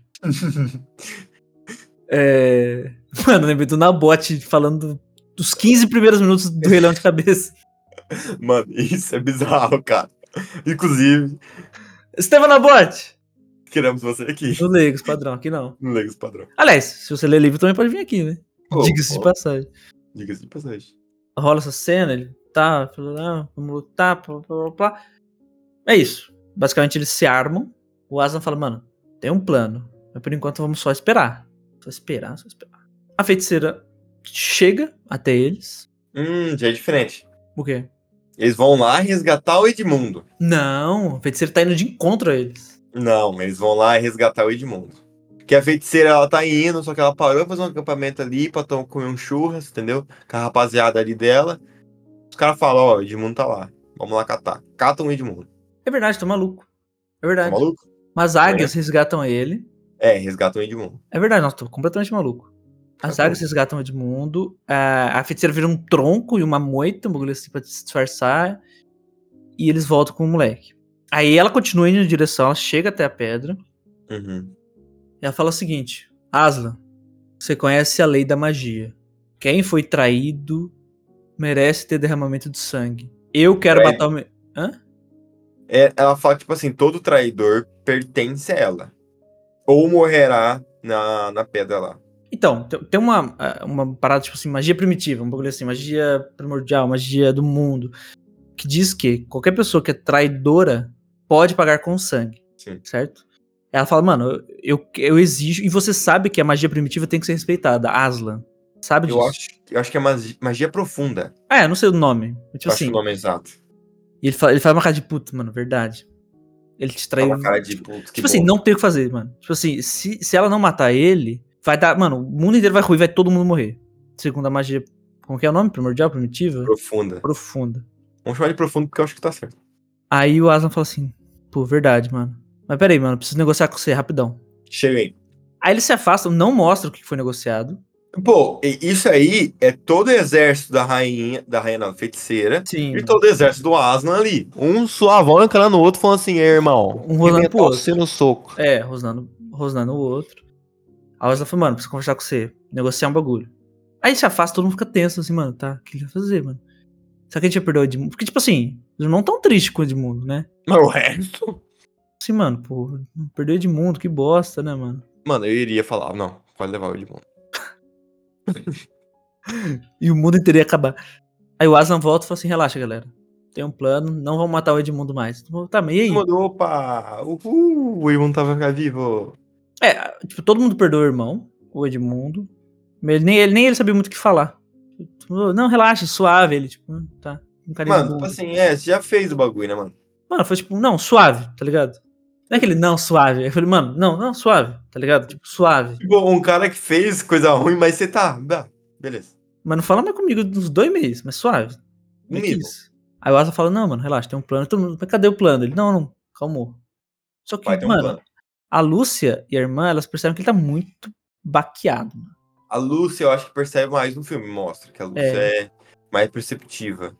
[SPEAKER 3] é. Mano, lembrei do Nabote falando dos 15 primeiros minutos do Rei Leão de Cabeça.
[SPEAKER 4] Mano, isso é bizarro, cara. Inclusive,
[SPEAKER 3] Estevam Nabote!
[SPEAKER 4] queremos você aqui.
[SPEAKER 3] No Legos, padrão, aqui não.
[SPEAKER 4] No Legos Padrão.
[SPEAKER 3] Aliás, se você ler livro também pode vir aqui, né?
[SPEAKER 4] Pô,
[SPEAKER 3] Diga-se
[SPEAKER 4] pô,
[SPEAKER 3] de passagem.
[SPEAKER 4] Diga-se de passagem.
[SPEAKER 3] Rola essa cena, ele tá, fala, ah, vamos lutar, blá, blá, blá, blá. É isso. Basicamente eles se armam. O Aslan fala, mano, tem um plano. Mas por enquanto vamos só esperar. Só esperar, só esperar. A feiticeira chega até eles.
[SPEAKER 4] Hum, já é diferente.
[SPEAKER 3] O quê?
[SPEAKER 4] Eles vão lá resgatar o Edmundo.
[SPEAKER 3] Não, a feiticeira tá indo de encontro a eles.
[SPEAKER 4] Não, eles vão lá resgatar o Edmundo. Porque a feiticeira, ela tá indo, só que ela parou pra fazer um acampamento ali pra tom- comer um churras, entendeu? Com a rapaziada ali dela. Os caras falam, ó, o Edmundo tá lá. Vamos lá catar. Catam o Edmundo.
[SPEAKER 3] É verdade, tô maluco. É
[SPEAKER 4] Tá
[SPEAKER 3] verdade.
[SPEAKER 4] maluco?
[SPEAKER 3] Mas águias resgatam ele.
[SPEAKER 4] É, resgatam o Edmundo.
[SPEAKER 3] É verdade, nossa, tô completamente maluco. As
[SPEAKER 4] Tá
[SPEAKER 3] águias resgatam o Edmundo, a, a feiticeira vira um tronco e uma moita, um bagulho assim pra se disfarçar, e eles voltam com o moleque. Aí ela continua indo em direção, ela chega até a pedra,
[SPEAKER 4] Uhum.
[SPEAKER 3] e ela fala o seguinte: Aslan, você conhece a lei da magia. Quem foi traído merece ter derramamento de sangue. Eu quero
[SPEAKER 4] Traído.
[SPEAKER 3] matar o meu. Hã?
[SPEAKER 4] É, ela fala, tipo assim, todo traidor pertence a ela. Ou morrerá na, na pedra lá.
[SPEAKER 3] Então, te- tem uma, ah, uma parada, tipo assim, magia primitiva, um bagulho assim, magia primordial, magia do mundo, que diz que qualquer pessoa que é traidora pode pagar com sangue,
[SPEAKER 4] Sim.
[SPEAKER 3] certo? Ela fala, mano, eu, eu exijo, e você sabe que a magia primitiva tem que ser respeitada, Aslan, sabe disso?
[SPEAKER 4] Eu acho, eu acho que é magia, magia profunda.
[SPEAKER 3] Ah, é, não sei o nome, mas, tipo
[SPEAKER 4] Eu acho
[SPEAKER 3] assim,
[SPEAKER 4] o nome exato.
[SPEAKER 3] e ele, fala, ele faz uma cara de puta, mano, verdade. Ele te
[SPEAKER 4] Tá
[SPEAKER 3] traiu.
[SPEAKER 4] uma cara de puto, que
[SPEAKER 3] Tipo assim,
[SPEAKER 4] bom.
[SPEAKER 3] não tem o que fazer, mano. Tipo assim, se, se ela não matar ele, vai dar. Mano, o mundo inteiro vai ruir, vai todo mundo morrer. Segundo a magia. Como que é o nome? Primordial, primitiva?
[SPEAKER 4] Profunda.
[SPEAKER 3] Profunda.
[SPEAKER 4] Vamos chamar de profundo porque eu acho que tá certo.
[SPEAKER 3] Aí o Aslan fala assim: pô, verdade, mano. Mas peraí, mano, preciso negociar com você rapidão.
[SPEAKER 4] Chega aí.
[SPEAKER 3] Aí eles se afastam, não mostra o que foi negociado.
[SPEAKER 4] Pô, e- isso aí é todo o exército da rainha, da rainha não, feiticeira,
[SPEAKER 3] Sim.
[SPEAKER 4] e todo o exército do Aslan ali. Um suavão encarando o outro falando assim, "Ei, irmão,
[SPEAKER 3] Um rolando
[SPEAKER 4] que
[SPEAKER 3] pro
[SPEAKER 4] tal
[SPEAKER 3] outro."
[SPEAKER 4] você no soco.
[SPEAKER 3] É, rosnando, rosnando o outro. Aí o Aslan fala, mano, preciso conversar com você, negociar um bagulho. Aí se afasta, todo mundo fica tenso, assim, mano, tá, o que ele vai fazer, mano? Será que a gente vai perder o Edmundo? Porque, tipo assim, os irmãos tão tristes com o Edmundo, né?
[SPEAKER 4] Mas o resto.
[SPEAKER 3] assim, mano, pô, perdeu Edmundo, que bosta, né, mano?
[SPEAKER 4] Mano, eu iria falar, não, pode levar o Edmundo.
[SPEAKER 3] E o mundo inteiro ia acabar. Aí o Aslan volta e fala assim: relaxa, galera. Tem um plano, não vão matar o Edmundo mais. Tá, mas e aí?
[SPEAKER 4] Edmundo, opa! Uhul! O Edmundo tava ficar vivo.
[SPEAKER 3] É, tipo, todo mundo perdoou o irmão, o Edmundo. Mas ele, nem, ele, nem ele sabia muito o que falar. Tipo, Não, relaxa, suave. Ele, tipo, "Ah, tá. Um carinho
[SPEAKER 4] Mano,
[SPEAKER 3] bom."
[SPEAKER 4] tipo assim, é, você já fez o bagulho, né, mano?
[SPEAKER 3] Mano, foi tipo, não, suave, tá ligado? Não é aquele não, suave. Aí eu falei, mano, não, não, suave, tá ligado? Tipo, suave.
[SPEAKER 4] Tipo, um cara que fez coisa ruim, mas você tá. dá, Beleza.
[SPEAKER 3] Mas não fala mais comigo uns dois meses, mas suave. Como é que é
[SPEAKER 4] Comigo.
[SPEAKER 3] isso? Aí o Asa fala, não, mano, relaxa, tem um plano. Todo mundo, mas cadê o plano? Ele, não, não, calmou. Só que,
[SPEAKER 4] Vai ter um
[SPEAKER 3] mano,
[SPEAKER 4] plano.
[SPEAKER 3] a Lúcia e a irmã, elas percebem que ele tá muito baqueado. mano.
[SPEAKER 4] A Lúcia, eu acho que percebe mais no filme, mostra que a Lúcia é, mais perceptiva.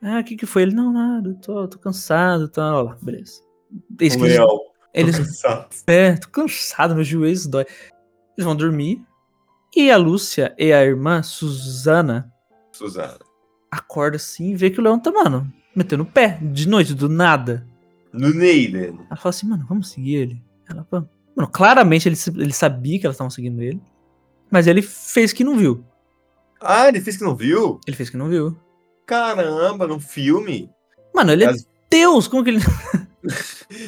[SPEAKER 3] Ah, o que que foi? Ele, não, nada, eu tô, tô cansado, tá, ó lá, beleza. É Eles,
[SPEAKER 4] o Um Leão, tô
[SPEAKER 3] eles,
[SPEAKER 4] cansado.
[SPEAKER 3] É, tô cansado, meus joelhos dói. Eles vão dormir. E a Lúcia e a irmã, Suzana,
[SPEAKER 4] Suzana.
[SPEAKER 3] acorda assim e vê que o leão tá, mano, metendo o pé de noite, do nada.
[SPEAKER 4] No Neiden.
[SPEAKER 3] Ela fala assim, mano, vamos seguir ele. Ela, vamos. Mano, claramente ele, se- ele sabia que elas estavam seguindo ele. Mas ele fez que não viu.
[SPEAKER 4] Ah, ele fez que não viu?
[SPEAKER 3] Ele fez que não viu.
[SPEAKER 4] Caramba, no filme.
[SPEAKER 3] Mano, ele é
[SPEAKER 4] Mas-
[SPEAKER 3] Deus, como que ele.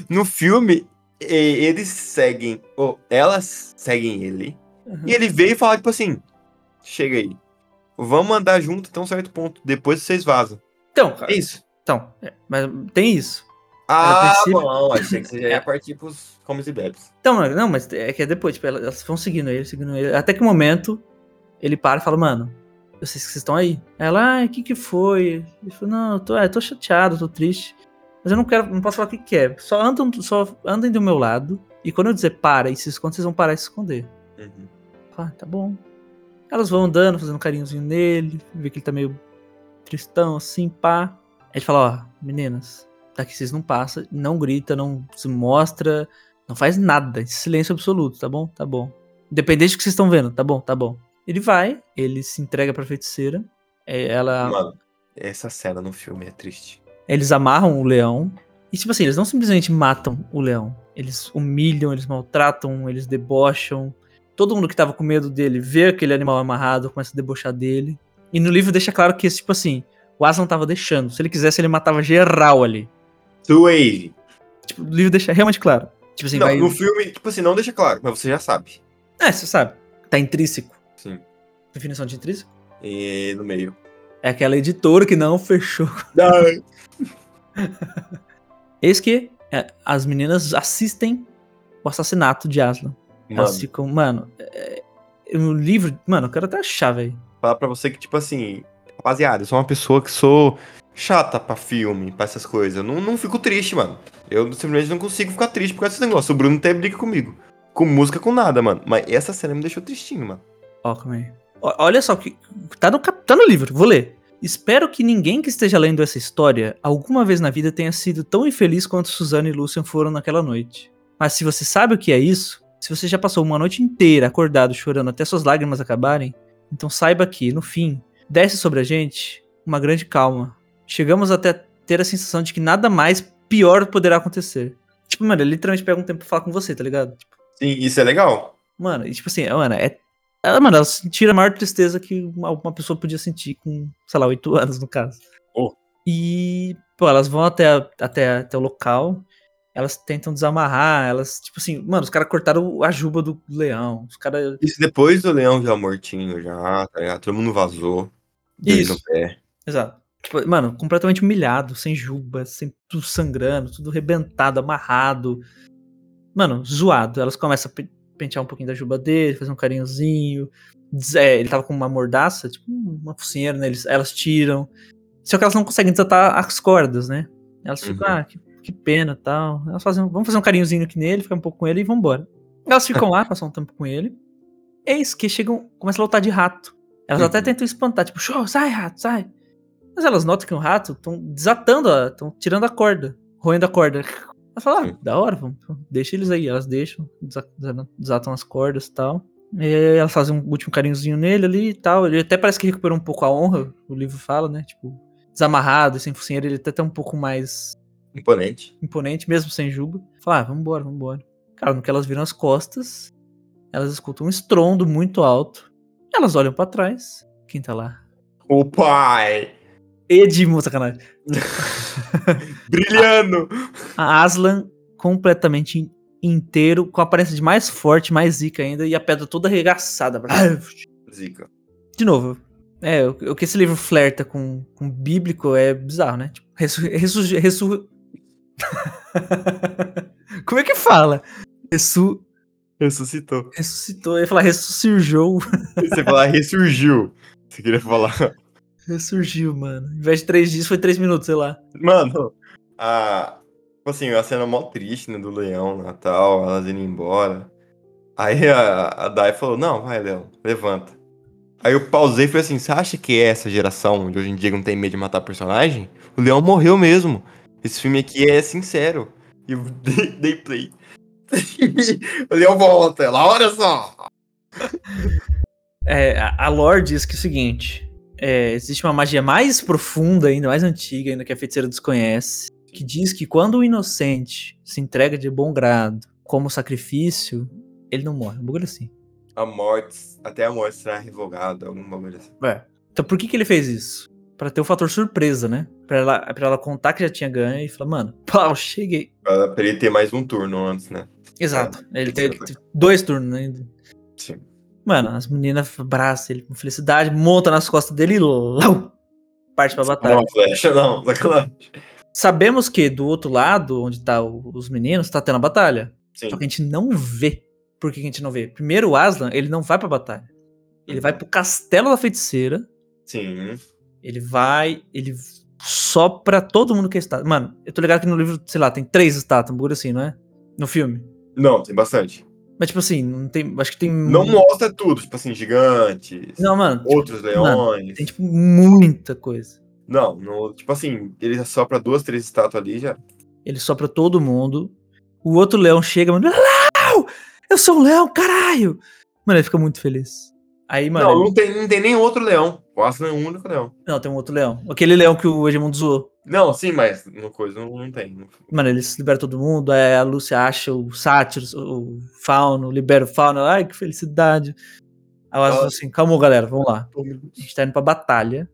[SPEAKER 4] No filme, e- eles seguem. Ou elas seguem ele. E ele veio e fala, tipo assim: chega aí. Vamos andar junto até um certo ponto. Depois vocês vazam.
[SPEAKER 3] Então,
[SPEAKER 4] É
[SPEAKER 3] cara,
[SPEAKER 4] isso.
[SPEAKER 3] então, é, mas tem isso.
[SPEAKER 4] Ah,
[SPEAKER 3] princípio-
[SPEAKER 4] bom, achei que você já ia partir pros comes e bebes.
[SPEAKER 3] Então, mano, não, mas é que é depois, tipo, elas vão seguindo ele, seguindo ele. Até que um momento ele para e fala, mano, eu sei que vocês estão aí. Ela, ah, o que que foi? Ele falou, não, eu tô, é, tô chateado, tô triste. Mas eu não quero, não posso falar o que que é. Só andam, só andem do meu lado. E quando eu dizer para e se esconde, vocês vão parar e se esconder.
[SPEAKER 4] Uhum.
[SPEAKER 3] Ah, tá bom. Elas vão andando, fazendo um carinhozinho nele, vê que ele tá meio tristão, assim, pá. Aí ele fala, ó, meninas, daqui vocês não passam, não grita, não se mostra, não faz nada, em silêncio absoluto, tá bom? Tá bom. Independente do que vocês estão vendo, tá bom? Tá bom. Ele vai, ele se entrega pra feiticeira, é, ela...
[SPEAKER 4] Mano, essa cena no filme é triste.
[SPEAKER 3] Eles amarram o leão. E, tipo assim, eles não simplesmente matam o leão. Eles humilham, eles maltratam, eles debocham. Todo mundo que tava com medo dele vê aquele animal amarrado, começa a debochar dele. E no livro deixa claro que, tipo assim, o Asa não tava deixando. Se ele quisesse, ele matava geral ali.
[SPEAKER 4] Suave.
[SPEAKER 3] Tipo, o livro deixa realmente claro. Tipo assim,
[SPEAKER 4] Não,
[SPEAKER 3] vai.
[SPEAKER 4] no filme, tipo assim, não deixa claro, mas você já sabe.
[SPEAKER 3] É, você sabe. Tá intrínseco.
[SPEAKER 4] Sim.
[SPEAKER 3] Definição de intrínseco?
[SPEAKER 4] E no meio.
[SPEAKER 3] É aquela editora que não fechou. Eis que é, as meninas assistem o assassinato de Aslan.
[SPEAKER 4] Mano,
[SPEAKER 3] Elas ficam, mano, é, o livro, mano, eu quero até achar, velho.
[SPEAKER 4] falar pra você que, tipo assim, rapaziada, eu sou uma pessoa que sou chata pra filme, pra essas coisas. Eu não, não fico triste, mano. Eu simplesmente não consigo ficar triste por causa desse negócio. O Bruno até briga comigo. Com música, com nada, mano. Mas essa cena me deixou tristinho, mano.
[SPEAKER 3] Ó, calma aí. Ó, Olha só, que tá no, cap- tá no livro, vou ler. Espero que ninguém que esteja lendo essa história alguma vez na vida tenha sido tão infeliz quanto Suzana e Lucian foram naquela noite. Mas se você sabe o que é isso, se você já passou uma noite inteira acordado chorando até suas lágrimas acabarem, então saiba que, no fim, desce sobre a gente uma grande calma. Chegamos até ter a sensação de que nada mais pior poderá acontecer. Tipo, mano, ele literalmente pega um tempo pra falar com você, tá ligado? Tipo,
[SPEAKER 4] Sim, isso é legal.
[SPEAKER 3] Mano, e tipo assim, mano, é. Ela, mano, ela tira a maior tristeza que uma, uma pessoa podia sentir com, sei lá, oito anos no caso.
[SPEAKER 4] Oh.
[SPEAKER 3] E, pô, elas vão até, a- até, até o local, elas tentam desamarrar, elas, tipo assim, mano, os caras cortaram a juba do leão, os caras.
[SPEAKER 4] Isso depois do leão já mortinho, já, tá ligado? Todo mundo vazou. Dois
[SPEAKER 3] Isso.
[SPEAKER 4] no pé.
[SPEAKER 3] Exato. Tipo, mano, completamente humilhado, sem juba, sem tudo sangrando, tudo arrebentado, amarrado. Mano, zoado. Elas começam a pe- pentear um pouquinho da juba dele, fazer um carinhozinho. Diz- é, ele tava com uma mordaça, tipo uma focinheira neles. elas tiram. Só que elas não conseguem desatar as cordas, né? Elas ficam,
[SPEAKER 4] Uhum.
[SPEAKER 3] ah, que, que pena tal. Elas fazem, vamos fazer um carinhozinho aqui nele, ficar um pouco com ele e vambora. Elas ficam lá, passam um tempo com ele. Eis É que chegam, começam a lutar de rato. Elas
[SPEAKER 4] Uhum.
[SPEAKER 3] até tentam espantar, tipo, show, sai rato, sai. Mas elas notam que um rato estão desatando, estão tirando a corda, roendo a corda. Elas falam, ah,
[SPEAKER 4] Sim.
[SPEAKER 3] da hora, vamos, deixa eles aí. Elas deixam, desa- desa- desatam as cordas e tal. E aí elas fazem um último carinhozinho nele ali e tal. Ele até parece que recuperou um pouco a honra, o livro fala, né? Tipo, desamarrado, sem focinheira, ele até tá um pouco mais
[SPEAKER 4] Imponente.
[SPEAKER 3] imponente, mesmo sem juba. Falar, ah, vambora, vambora. Cara, no que elas viram as costas, elas escutam um estrondo muito alto. Elas olham pra trás. Quem tá lá?
[SPEAKER 4] O pai!
[SPEAKER 3] Edmundo, sacanagem.
[SPEAKER 4] Brilhando!
[SPEAKER 3] A Aslan completamente in- inteiro, com a aparência de mais forte, mais zica ainda, e a pedra toda arregaçada. pra-
[SPEAKER 4] Ah, Zica.
[SPEAKER 3] De novo, é, o, o que esse livro flerta com, com bíblico é bizarro, né? Tipo, ressu, ressu, ressu... Como é que fala? Ressu...
[SPEAKER 4] Ressuscitou.
[SPEAKER 3] Ressuscitou. Eu ia falar, ressurgiu.
[SPEAKER 4] Você falar ressurgiu. Você queria falar.
[SPEAKER 3] Ressurgiu, mano. Em vez de três dias, foi três minutos, sei lá.
[SPEAKER 4] Mano, a. Tipo assim, a cena mó triste, né? Do leão, Natal, elas indo embora. Aí a, a Dai falou: Não, vai, Leão, levanta. Aí eu pausei e falei assim: Você acha que é essa geração de hoje em dia que não tem medo de matar personagem? O Leão morreu mesmo. Esse filme aqui é sincero. E eu dei, dei play. o Leão volta, ela, olha só!
[SPEAKER 3] É, a a lore diz que é o seguinte: é, existe uma magia mais profunda, ainda mais antiga, ainda que a feiticeira desconhece, que diz que quando o inocente se entrega de bom grado como sacrifício, ele não morre. Um bagulho assim.
[SPEAKER 4] A morte, até a morte será revogada, algum bagulho assim.
[SPEAKER 3] Então por que, que ele fez isso? Pra ter o fator surpresa, né? Pra ela, pra ela contar que já tinha ganho e falar, mano, pau, cheguei.
[SPEAKER 4] Pra, pra ele ter mais um turno antes, né?
[SPEAKER 3] Exato. Ele teve dois turnos ainda.
[SPEAKER 4] é Sim.
[SPEAKER 3] Mano, as meninas abraçam ele com felicidade, monta nas costas dele e lau, parte pra batalha.
[SPEAKER 4] Não, flecha, não, sacanagem.
[SPEAKER 3] Sabemos que do outro lado, onde tá o- os meninos, tá tendo a batalha.
[SPEAKER 4] Sim.
[SPEAKER 3] Só que a gente não vê. Por que que a gente não vê? Primeiro, o Aslan, ele não vai pra batalha. Ele vai pro castelo da feiticeira.
[SPEAKER 4] Sim.
[SPEAKER 3] Ele vai. Ele só pra todo mundo que é estátua. Mano, eu tô ligado que no livro, sei lá, tem três estátuas, um bagulho assim, não é? No filme.
[SPEAKER 4] Não, tem bastante.
[SPEAKER 3] Mas, tipo assim, não tem. Acho que tem.
[SPEAKER 4] Não mostra tudo, tipo assim, gigantes,
[SPEAKER 3] Hum. Não, mano. tipo,
[SPEAKER 4] outros leões.
[SPEAKER 3] tem, tipo, muita coisa.
[SPEAKER 4] Não, no- tipo assim, ele assopra duas, três estátuas ali e já.
[SPEAKER 3] Ele sopra todo mundo. O outro leão chega, mano. Leão! Eu sou um leão, caralho! Mano, ele fica muito feliz. Aí, mano. ele-
[SPEAKER 4] Não, não tem, não tem nem outro leão. O Aslan é o único leão.
[SPEAKER 3] Não, tem um outro leão. Aquele leão que o Edmundo zoou.
[SPEAKER 4] Não, sim, mas no coisa não, não tem.
[SPEAKER 3] Mano, eles liberam todo mundo, aí a Lúcia acha o Sátiro, o Fauno, libera o Fauno. Ai, que felicidade. Aí o Aslan fala assim, calma galera, vamos lá. A gente tá indo pra batalha.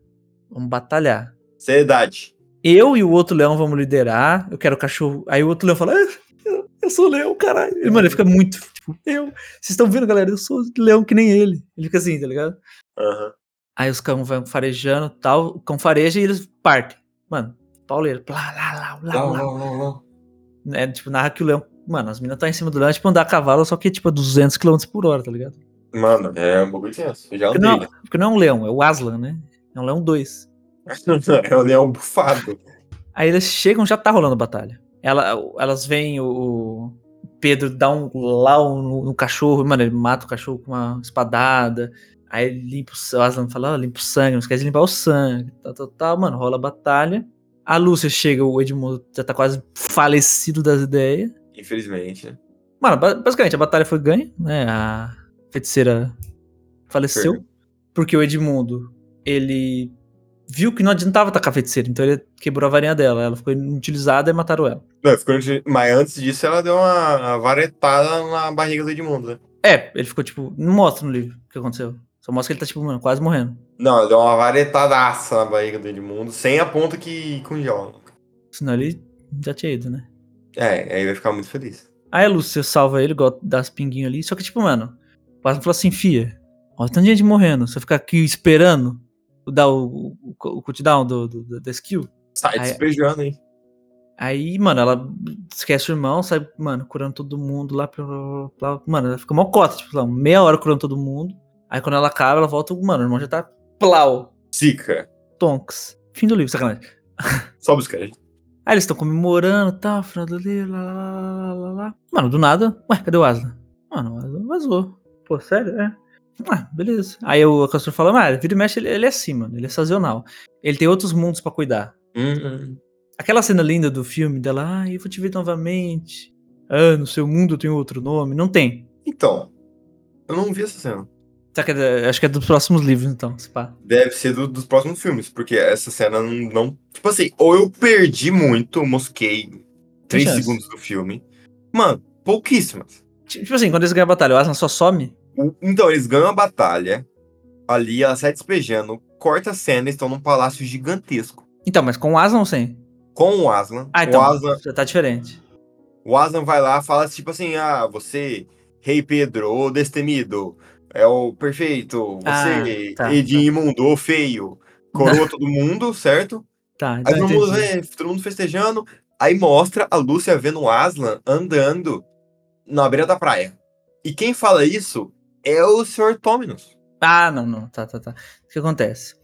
[SPEAKER 3] Vamos batalhar.
[SPEAKER 4] Seriedade.
[SPEAKER 3] Eu e o outro leão vamos liderar. Eu quero o cachorro. Aí o outro leão fala, "Ah, eu, eu sou leão, caralho. Ele, mano, ele fica muito, tipo, eu. Vocês estão vendo, galera? Eu sou leão que nem ele. Ele fica assim, tá ligado?
[SPEAKER 4] Aham.
[SPEAKER 3] Aí os cão vão farejando tal. O cão fareja e eles partem. Mano, pauleiro. Lá, lá, lá, lá, lá,
[SPEAKER 4] não, não, não.
[SPEAKER 3] né? Tipo, narra que o leão. Mano, as minas tá em cima do leão, é tipo andar a cavalo, só que tipo a 200 km por hora, tá ligado?
[SPEAKER 4] Mano, é um bagulho tenso. Eu já
[SPEAKER 3] Porque
[SPEAKER 4] andei.
[SPEAKER 3] não, porque não é um leão, é o Aslan, né? É um leão 2.
[SPEAKER 4] É o leão bufado.
[SPEAKER 3] Aí eles chegam, já tá rolando a batalha. Ela, elas veem o, o Pedro dar um lau no, no cachorro, mano, ele mata o cachorro com uma espadada. Aí ele limpa o sangue, o Aslan fala, ó, limpa o sangue, não esquece de limpar o sangue, tal, tal, tal, mano, rola a batalha. A Lúcia chega, o Edmundo já tá quase falecido das ideias.
[SPEAKER 4] Infelizmente, né?
[SPEAKER 3] Mano, ba- basicamente a batalha foi ganha, né? A feiticeira faleceu.
[SPEAKER 4] Foi.
[SPEAKER 3] Porque o Edmundo, ele viu que não adiantava atacar a feiticeira, então ele quebrou a varinha dela. Ela ficou inutilizada e mataram ela.
[SPEAKER 4] Não, ficou... Mas antes disso, ela deu uma uma varetada na barriga do Edmundo, né?
[SPEAKER 3] É, ele ficou tipo. Não mostra no livro o que aconteceu. Só mostra que ele tá, tipo, mano, quase morrendo.
[SPEAKER 4] Não, ela deu uma varetadaça na barriga do Edmundo, sem a ponta que congela.
[SPEAKER 3] Senão ele já tinha ido, né?
[SPEAKER 4] É, aí vai ficar muito feliz.
[SPEAKER 3] Aí a Lúcia salva ele, igual dá as pinguinhas ali. Só que, tipo, mano, o Batman falou assim: Fia, ó, tem gente morrendo. Se eu ficar aqui esperando dar o, o, o cooldown do, do, do- da skill,
[SPEAKER 4] Sai
[SPEAKER 3] Aí-
[SPEAKER 4] despejando, hein?
[SPEAKER 3] Aí, mano, ela esquece o irmão, sai, mano, curando todo mundo lá. Pra, pra- mano, ela fica mó cota, tipo, lá, meia hora curando todo mundo. Aí quando ela acaba, ela volta, mano, o irmão já tá plau,
[SPEAKER 4] Zica.
[SPEAKER 3] tonks. Fim do livro, sacanagem.
[SPEAKER 4] Sobe os caras.
[SPEAKER 3] Aí eles estão comemorando, tá, final do livro, lá, lá, lá, lá, lá, lá. Mano, do nada, ué, cadê o Aslan? Mano, o Aslan vazou. Pô, sério? É. Ah, beleza. Aí o Castor fala, mano, vira e mexe, ele, ele é assim, mano, ele é sazonal. Ele tem outros mundos pra cuidar.
[SPEAKER 4] Hum,
[SPEAKER 3] Aquela cena linda do filme dela, ah, eu vou te ver novamente. Ah, no seu mundo tem outro nome. Não tem.
[SPEAKER 4] Então, eu não vi essa cena.
[SPEAKER 3] Será que é da- acho que é dos próximos livros, então, se pá.
[SPEAKER 4] Deve ser do- dos próximos filmes, porque essa cena não, não- Tipo assim, ou eu perdi muito, mosquei três
[SPEAKER 3] chance.
[SPEAKER 4] segundos do filme. Mano, pouquíssimas.
[SPEAKER 3] Ti- Tipo assim, quando eles ganham a batalha, o Aslan só some.
[SPEAKER 4] O- Então, eles ganham a batalha. Ali, ela sai despejando, corta a cena, eles estão num palácio gigantesco.
[SPEAKER 3] Então, mas com o Aslan ou sem?
[SPEAKER 4] Com o Aslan.
[SPEAKER 3] Ah, então,
[SPEAKER 4] O Aslan
[SPEAKER 3] já tá diferente.
[SPEAKER 4] O Aslan vai lá fala tipo assim: Ah, você, Rei Pedro, o destemido, é o perfeito, você,
[SPEAKER 3] Ah, tá,
[SPEAKER 4] Edinho
[SPEAKER 3] tá.
[SPEAKER 4] imundo, o feio, coroa todo mundo, certo?
[SPEAKER 3] Tá,
[SPEAKER 4] Aí
[SPEAKER 3] então
[SPEAKER 4] todo
[SPEAKER 3] eu
[SPEAKER 4] mundo,
[SPEAKER 3] entendi.
[SPEAKER 4] é, todo mundo festejando. Aí mostra a Lúcia vendo o Aslan andando na beira da praia. E quem fala isso é o Sr. Tominus.
[SPEAKER 3] Ah, não, não. Tá, tá, tá. O que acontece?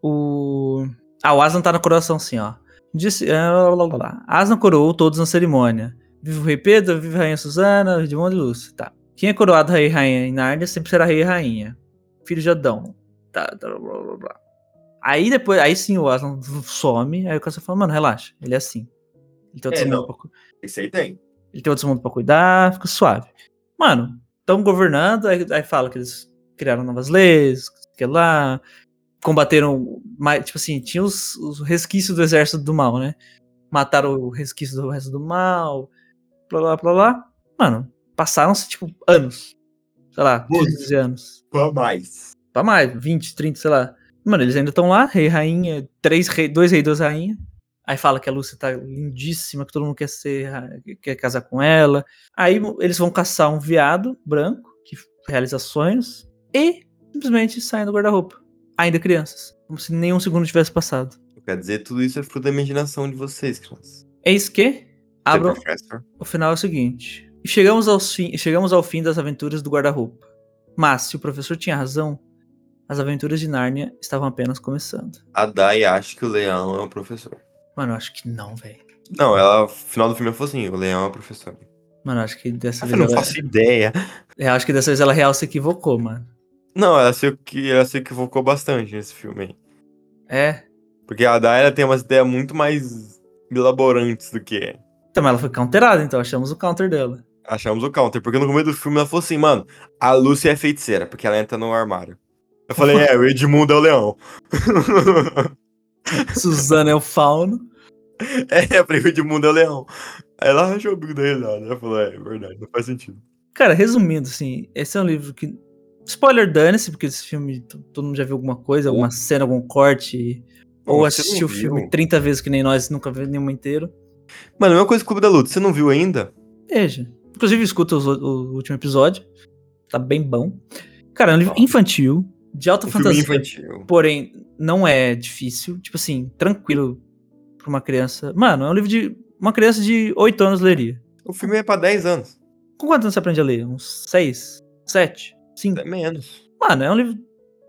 [SPEAKER 3] O. Ah, o Aslan tá no coração, sim, ó. Disse. ah, Lá, lá, lá. Aslan coroou todos na cerimônia. Viva o Rei Pedro, viva a Rainha Susana, Edmundo e Lúcio. Tá. Quem é coroado Rei e Rainha em Nárnia sempre será Rei e Rainha. Filho de Adão. Tá, tá, blá, blá, blá, blá. Aí depois. Aí sim o Aslan some. Aí o cara fala, mano, relaxa. Ele é assim. Ele tem outro
[SPEAKER 4] É,
[SPEAKER 3] mundo
[SPEAKER 4] não.
[SPEAKER 3] pra cu-
[SPEAKER 4] Esse aí tem.
[SPEAKER 3] ele tem outros mundo pra cuidar, fica suave. Mano, estão governando, aí, aí fala que eles criaram novas leis, que lá, combateram, mais, tipo assim, tinha os, os resquícios do exército do mal, né? Mataram o resquício do resto do mal, blá blá blá blá. Mano, passaram-se, tipo, anos. Sei lá,
[SPEAKER 4] Muitos.
[SPEAKER 3] 15 anos.
[SPEAKER 4] Pra mais.
[SPEAKER 3] Pra mais, 20, 30, sei lá. Mano, eles ainda estão lá, rei, rainha, três rei, dois rei, duas rainha. Aí fala que a Lúcia tá lindíssima, que todo mundo quer ser, ra- quer casar com ela. Aí mo- eles vão caçar um viado branco que realiza sonhos e simplesmente saem do guarda-roupa, ainda crianças, como se nenhum segundo tivesse passado.
[SPEAKER 4] Quer dizer, tudo isso é fruto da imaginação de vocês, crianças. é
[SPEAKER 3] Eis que abram
[SPEAKER 4] professor.
[SPEAKER 3] o final é o seguinte: chegamos, aos fim, chegamos ao fim das aventuras do guarda-roupa. Mas, se o professor tinha razão, as aventuras de Nárnia estavam apenas começando.
[SPEAKER 4] A Dai acha que o leão é um professor.
[SPEAKER 3] Mano, eu acho que não, velho.
[SPEAKER 4] Não, ela, no final do filme, ela falou assim: o leão é um professor.
[SPEAKER 3] Mano, eu acho que dessa
[SPEAKER 4] Eu
[SPEAKER 3] vez
[SPEAKER 4] não
[SPEAKER 3] ela...
[SPEAKER 4] faço ideia.
[SPEAKER 3] Eu acho que dessa vez ela real se equivocou, mano.
[SPEAKER 4] Não, ela se, equi- ela se equivocou bastante nesse filme aí.
[SPEAKER 3] É.
[SPEAKER 4] Porque a Dai ela tem umas ideias muito mais elaborantes do que é.
[SPEAKER 3] Então, mas ela foi counterada, então achamos o counter dela.
[SPEAKER 4] Achamos o counter, porque no começo do filme ela falou assim, mano, a Lucy é feiticeira, porque ela entra no armário. Eu falei, é, o Edmundo é o leão.
[SPEAKER 3] Suzana é o fauno.
[SPEAKER 4] é, eu falei, o Edmundo é o leão. Aí ela rachou o bico da risada. Ela falou, é, é verdade, não faz sentido.
[SPEAKER 3] Cara, resumindo, assim, esse é um livro que. Spoiler dane-se, porque esse filme t- todo mundo já viu alguma coisa, alguma cena, algum corte. Ou
[SPEAKER 4] Mas você não
[SPEAKER 3] assistiu o
[SPEAKER 4] viu?
[SPEAKER 3] filme 30 vezes que nem nós, nunca viu nenhuma inteiro.
[SPEAKER 4] Mano, a mesma coisa que o Clube da Luta, você não viu ainda?
[SPEAKER 3] Veja. Inclusive, escuta os o, o último episódio. Tá bem bom. Cara, é um livro
[SPEAKER 4] Bom.
[SPEAKER 3] infantil, de alta
[SPEAKER 4] Um filme
[SPEAKER 3] fantasia.
[SPEAKER 4] infantil.
[SPEAKER 3] Porém, não é difícil. Tipo assim, tranquilo pra uma criança. Mano, é um livro de. Uma criança de 8 anos leria.
[SPEAKER 4] O filme é pra 10 anos,
[SPEAKER 3] Com quantos anos você aprende a ler? Uns 6? 7? 5?
[SPEAKER 4] até menos.
[SPEAKER 3] Mano, é um livro.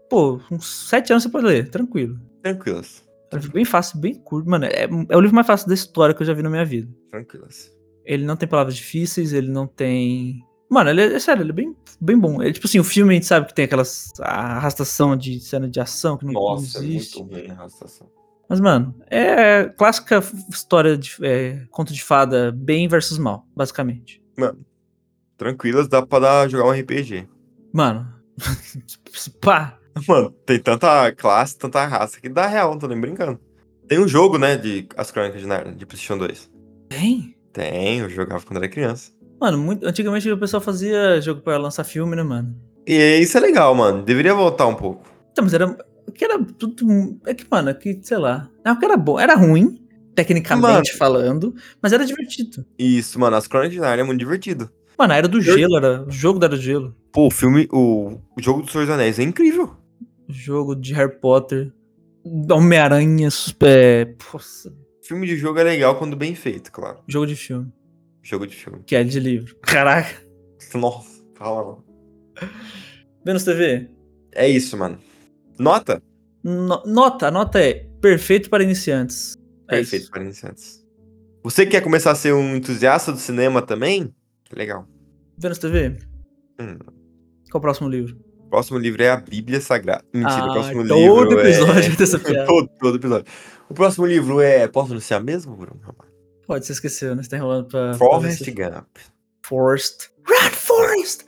[SPEAKER 3] Pô, uns 7 anos você pode ler, tranquilo.
[SPEAKER 4] Tranquilas,
[SPEAKER 3] É um livro bem fácil, bem curto. Mano, é, é o livro mais fácil da história que eu já vi na minha vida.
[SPEAKER 4] tranquilas.
[SPEAKER 3] Ele não tem palavras difíceis, ele não tem. Mano, ele é, é sério, ele é bem, bem bom. Ele, tipo assim, o filme a gente sabe que tem aquelas a arrastação de cena de ação que não,
[SPEAKER 4] Nossa, é
[SPEAKER 3] não existe.
[SPEAKER 4] muito ruim a rastação.
[SPEAKER 3] Mas, mano, é clássica f- história de é, conto de fada bem versus mal, basicamente.
[SPEAKER 4] Tranquilas, dá pra dar, jogar um RPG.
[SPEAKER 3] Mano, pá!
[SPEAKER 4] Mano, tem tanta classe, tanta raça que dá real, não tô nem brincando. Tem um jogo, né, de As Crônicas de Narnia, de PlayStation 2.
[SPEAKER 3] Tem?
[SPEAKER 4] Tem, eu jogava quando era criança.
[SPEAKER 3] Mano, muito, antigamente o pessoal fazia jogo pra lançar filme, né, mano?
[SPEAKER 4] E isso é legal, mano. Deveria voltar um pouco.
[SPEAKER 3] Então, mas era. Que era tudo. É que, mano, é que, sei lá. Não, que era bom. Era ruim, tecnicamente
[SPEAKER 4] Mano.
[SPEAKER 3] falando, mas era divertido.
[SPEAKER 4] Isso, mano, As Crônicas de Narnia é muito divertido.
[SPEAKER 3] Mano, a era do gelo, era. O jogo da era do gelo.
[SPEAKER 4] Pô, o filme, o, o jogo do Senhor dos Anéis é incrível.
[SPEAKER 3] O jogo de Harry Potter. Homem-Aranha, sus- é, poça,
[SPEAKER 4] Filme de jogo é legal quando bem feito, claro.
[SPEAKER 3] jogo de filme.
[SPEAKER 4] Jogo de filme.
[SPEAKER 3] Que é de livro. Caraca.
[SPEAKER 4] Nossa, fala, mano.
[SPEAKER 3] Vênus TV,
[SPEAKER 4] É isso, mano. Nota?
[SPEAKER 3] no- nota, a nota é perfeito para iniciantes. É isso.
[SPEAKER 4] Perfeito para iniciantes. Você que quer começar a ser um entusiasta do cinema também? Que legal.
[SPEAKER 3] Vênus TV?
[SPEAKER 4] Hum.
[SPEAKER 3] Qual o próximo livro?
[SPEAKER 4] O próximo livro é a Bíblia Sagrada. Mentira, o próximo
[SPEAKER 3] todo
[SPEAKER 4] livro
[SPEAKER 3] Ah, então episódio
[SPEAKER 4] é...
[SPEAKER 3] dessa piada.
[SPEAKER 4] todo, todo episódio. O próximo livro é... Posso anunciar mesmo, Bruno?
[SPEAKER 3] Pode, você esqueceu, né? Você tá enrolando pra...
[SPEAKER 4] Forrest
[SPEAKER 3] pra-
[SPEAKER 4] Gump.
[SPEAKER 3] Forrest. Run, Forrest!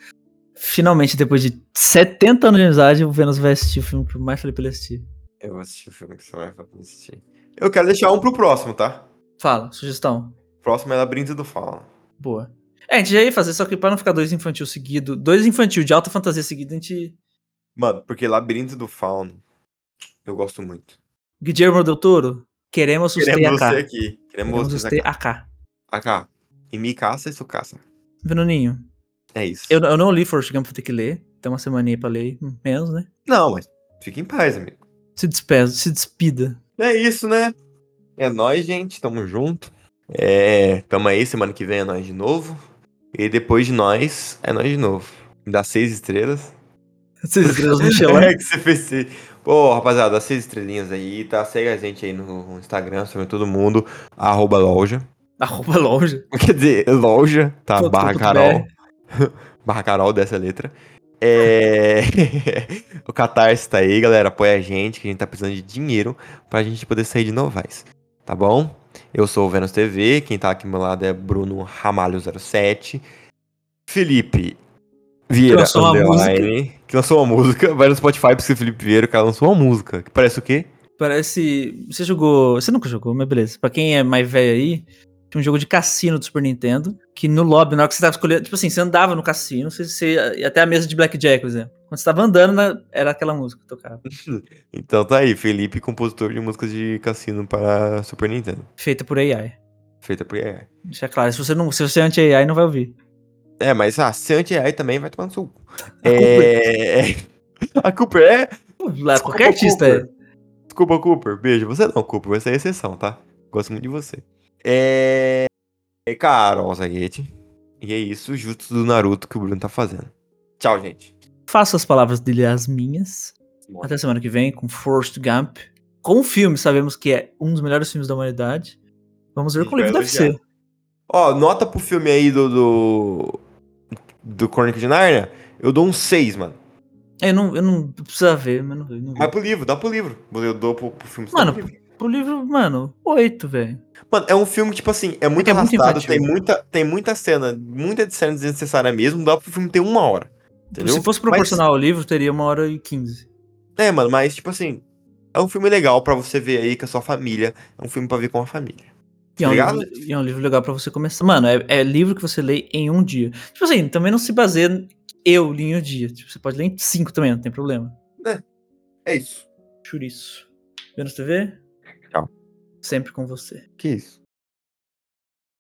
[SPEAKER 3] Finalmente, depois de 70 anos de amizade, o Vênus vai assistir o filme que eu mais falei pra ele assistir.
[SPEAKER 4] Eu vou assistir o filme que você vai falar pra assistir. Eu quero deixar um pro próximo, tá?
[SPEAKER 3] Fala, sugestão.
[SPEAKER 4] Próximo é Labirinto do Fala.
[SPEAKER 3] Boa. É, a gente já ia fazer, só que pra não ficar dois infantil seguido, dois infantil de alta fantasia seguido, a gente...
[SPEAKER 4] Mano, porque Labirinto do Fauno, eu gosto muito.
[SPEAKER 3] Guillermo del Toro, queremos você
[SPEAKER 4] Queremos
[SPEAKER 3] acá.
[SPEAKER 4] você aqui. Queremos
[SPEAKER 3] Queremos
[SPEAKER 4] você
[SPEAKER 3] você
[SPEAKER 4] aqui.
[SPEAKER 3] acá.
[SPEAKER 4] Acá. E me caça e su caça.
[SPEAKER 3] Venoninho,
[SPEAKER 4] É isso.
[SPEAKER 3] eu, eu não li Forrest Gump, vou ter que ler. Tem uma semaninha pra ler, hum, menos, né?
[SPEAKER 4] Não, mas fique em paz, amigo.
[SPEAKER 3] Se despeda, se despida.
[SPEAKER 4] É isso, né? É nóis, gente. Tamo junto. É, tamo aí. Semana que vem é nós de novo. E depois de nós, é nós de novo. Me dá seis estrelas.
[SPEAKER 3] Vocês estrelas no
[SPEAKER 4] É que você fez. seis. Pô, rapaziada, dá seis estrelinhas aí, tá? Segue a gente aí no Instagram, sobre todo mundo. Arroba loja.
[SPEAKER 3] Arroba longe.
[SPEAKER 4] Quer dizer, loja, tá?
[SPEAKER 3] Ponto,
[SPEAKER 4] barra
[SPEAKER 3] ponto,
[SPEAKER 4] Carol. barra Carol dessa letra. É... o Catarse tá aí, galera. Apoia a gente, que a gente tá precisando de dinheiro pra gente poder sair de Novais. Tá bom? Eu sou o Venus TV, quem tá aqui do meu lado é Bruno Ramalho07. Felipe Vieira
[SPEAKER 3] lançou uma
[SPEAKER 4] underline, que lançou uma música. Vai no Spotify porque Felipe Vieira, o cara lançou uma música. Que parece o quê?
[SPEAKER 3] Parece. Você jogou. Você nunca jogou, mas beleza. Pra quem é mais velho aí, tinha um jogo de cassino do Super Nintendo. Que no lobby, na hora que você tava escolhendo. Tipo assim, você andava no cassino, você, você ia até a mesa de Blackjack, por exemplo. Quando você tava andando, na- era aquela música que tocava.
[SPEAKER 4] Então tá aí, Felipe, compositor de músicas de cassino para Super Nintendo.
[SPEAKER 3] Feita por AI.
[SPEAKER 4] Feita por AI.
[SPEAKER 3] Deixa claro. Se você, não, se você é anti-AI, não vai ouvir.
[SPEAKER 4] É, mas ah, se anti-AI também vai tomar no seu cu. É... A Cooper é.
[SPEAKER 3] Pô, Lá,
[SPEAKER 4] Desculpa,
[SPEAKER 3] qualquer artista
[SPEAKER 4] Cooper.
[SPEAKER 3] é.
[SPEAKER 4] Desculpa, Cooper. Beijo. Você não, Cooper. Você é exceção, tá? Gosto muito de você. É. E Carol Zaguete. E é isso, justo do Naruto que o Bruno tá fazendo. Tchau, gente.
[SPEAKER 3] Faço as palavras dele as minhas. Até semana que vem com Forrest Gump. Com o filme, sabemos que é um dos melhores filmes da humanidade. Vamos ver
[SPEAKER 4] Sim,
[SPEAKER 3] com o livro
[SPEAKER 4] vai
[SPEAKER 3] deve ser.
[SPEAKER 4] Ó, nota pro filme aí do. Do, do Crônica de Narnia. Eu dou um 6, mano.
[SPEAKER 3] Eu não, eu não precisa ver, mas não, não
[SPEAKER 4] Mas pro livro, dá pro livro. Eu dou pro, pro filme.
[SPEAKER 3] Mano,
[SPEAKER 4] pro livro.
[SPEAKER 3] O livro, mano, oito, velho.
[SPEAKER 4] Mano, é um filme que, tipo assim, é muito
[SPEAKER 3] é muito
[SPEAKER 4] arrastado,
[SPEAKER 3] infantil,
[SPEAKER 4] tem,
[SPEAKER 3] né?
[SPEAKER 4] muita, tem muita cena, muita cena desnecessária mesmo, dá pro filme ter uma hora. Entendeu?
[SPEAKER 3] Se fosse proporcional ao livro, teria uma hora e quinze.
[SPEAKER 4] Mas, é, mano, mas, tipo assim, é um filme legal pra você ver aí com a sua família. É um filme pra ver com a família.
[SPEAKER 3] E é, um
[SPEAKER 4] Obrigado.
[SPEAKER 3] livro, e é um livro legal pra você começar. Mano, é, é livro que você lê em um dia. Tipo assim, também não se baseia em eu li em um dia. Tipo, você pode ler em cinco também, não tem problema.
[SPEAKER 4] É isso.
[SPEAKER 3] Churiço. Vênus TV?
[SPEAKER 4] Tchau.
[SPEAKER 3] Sempre com você.
[SPEAKER 4] Que isso?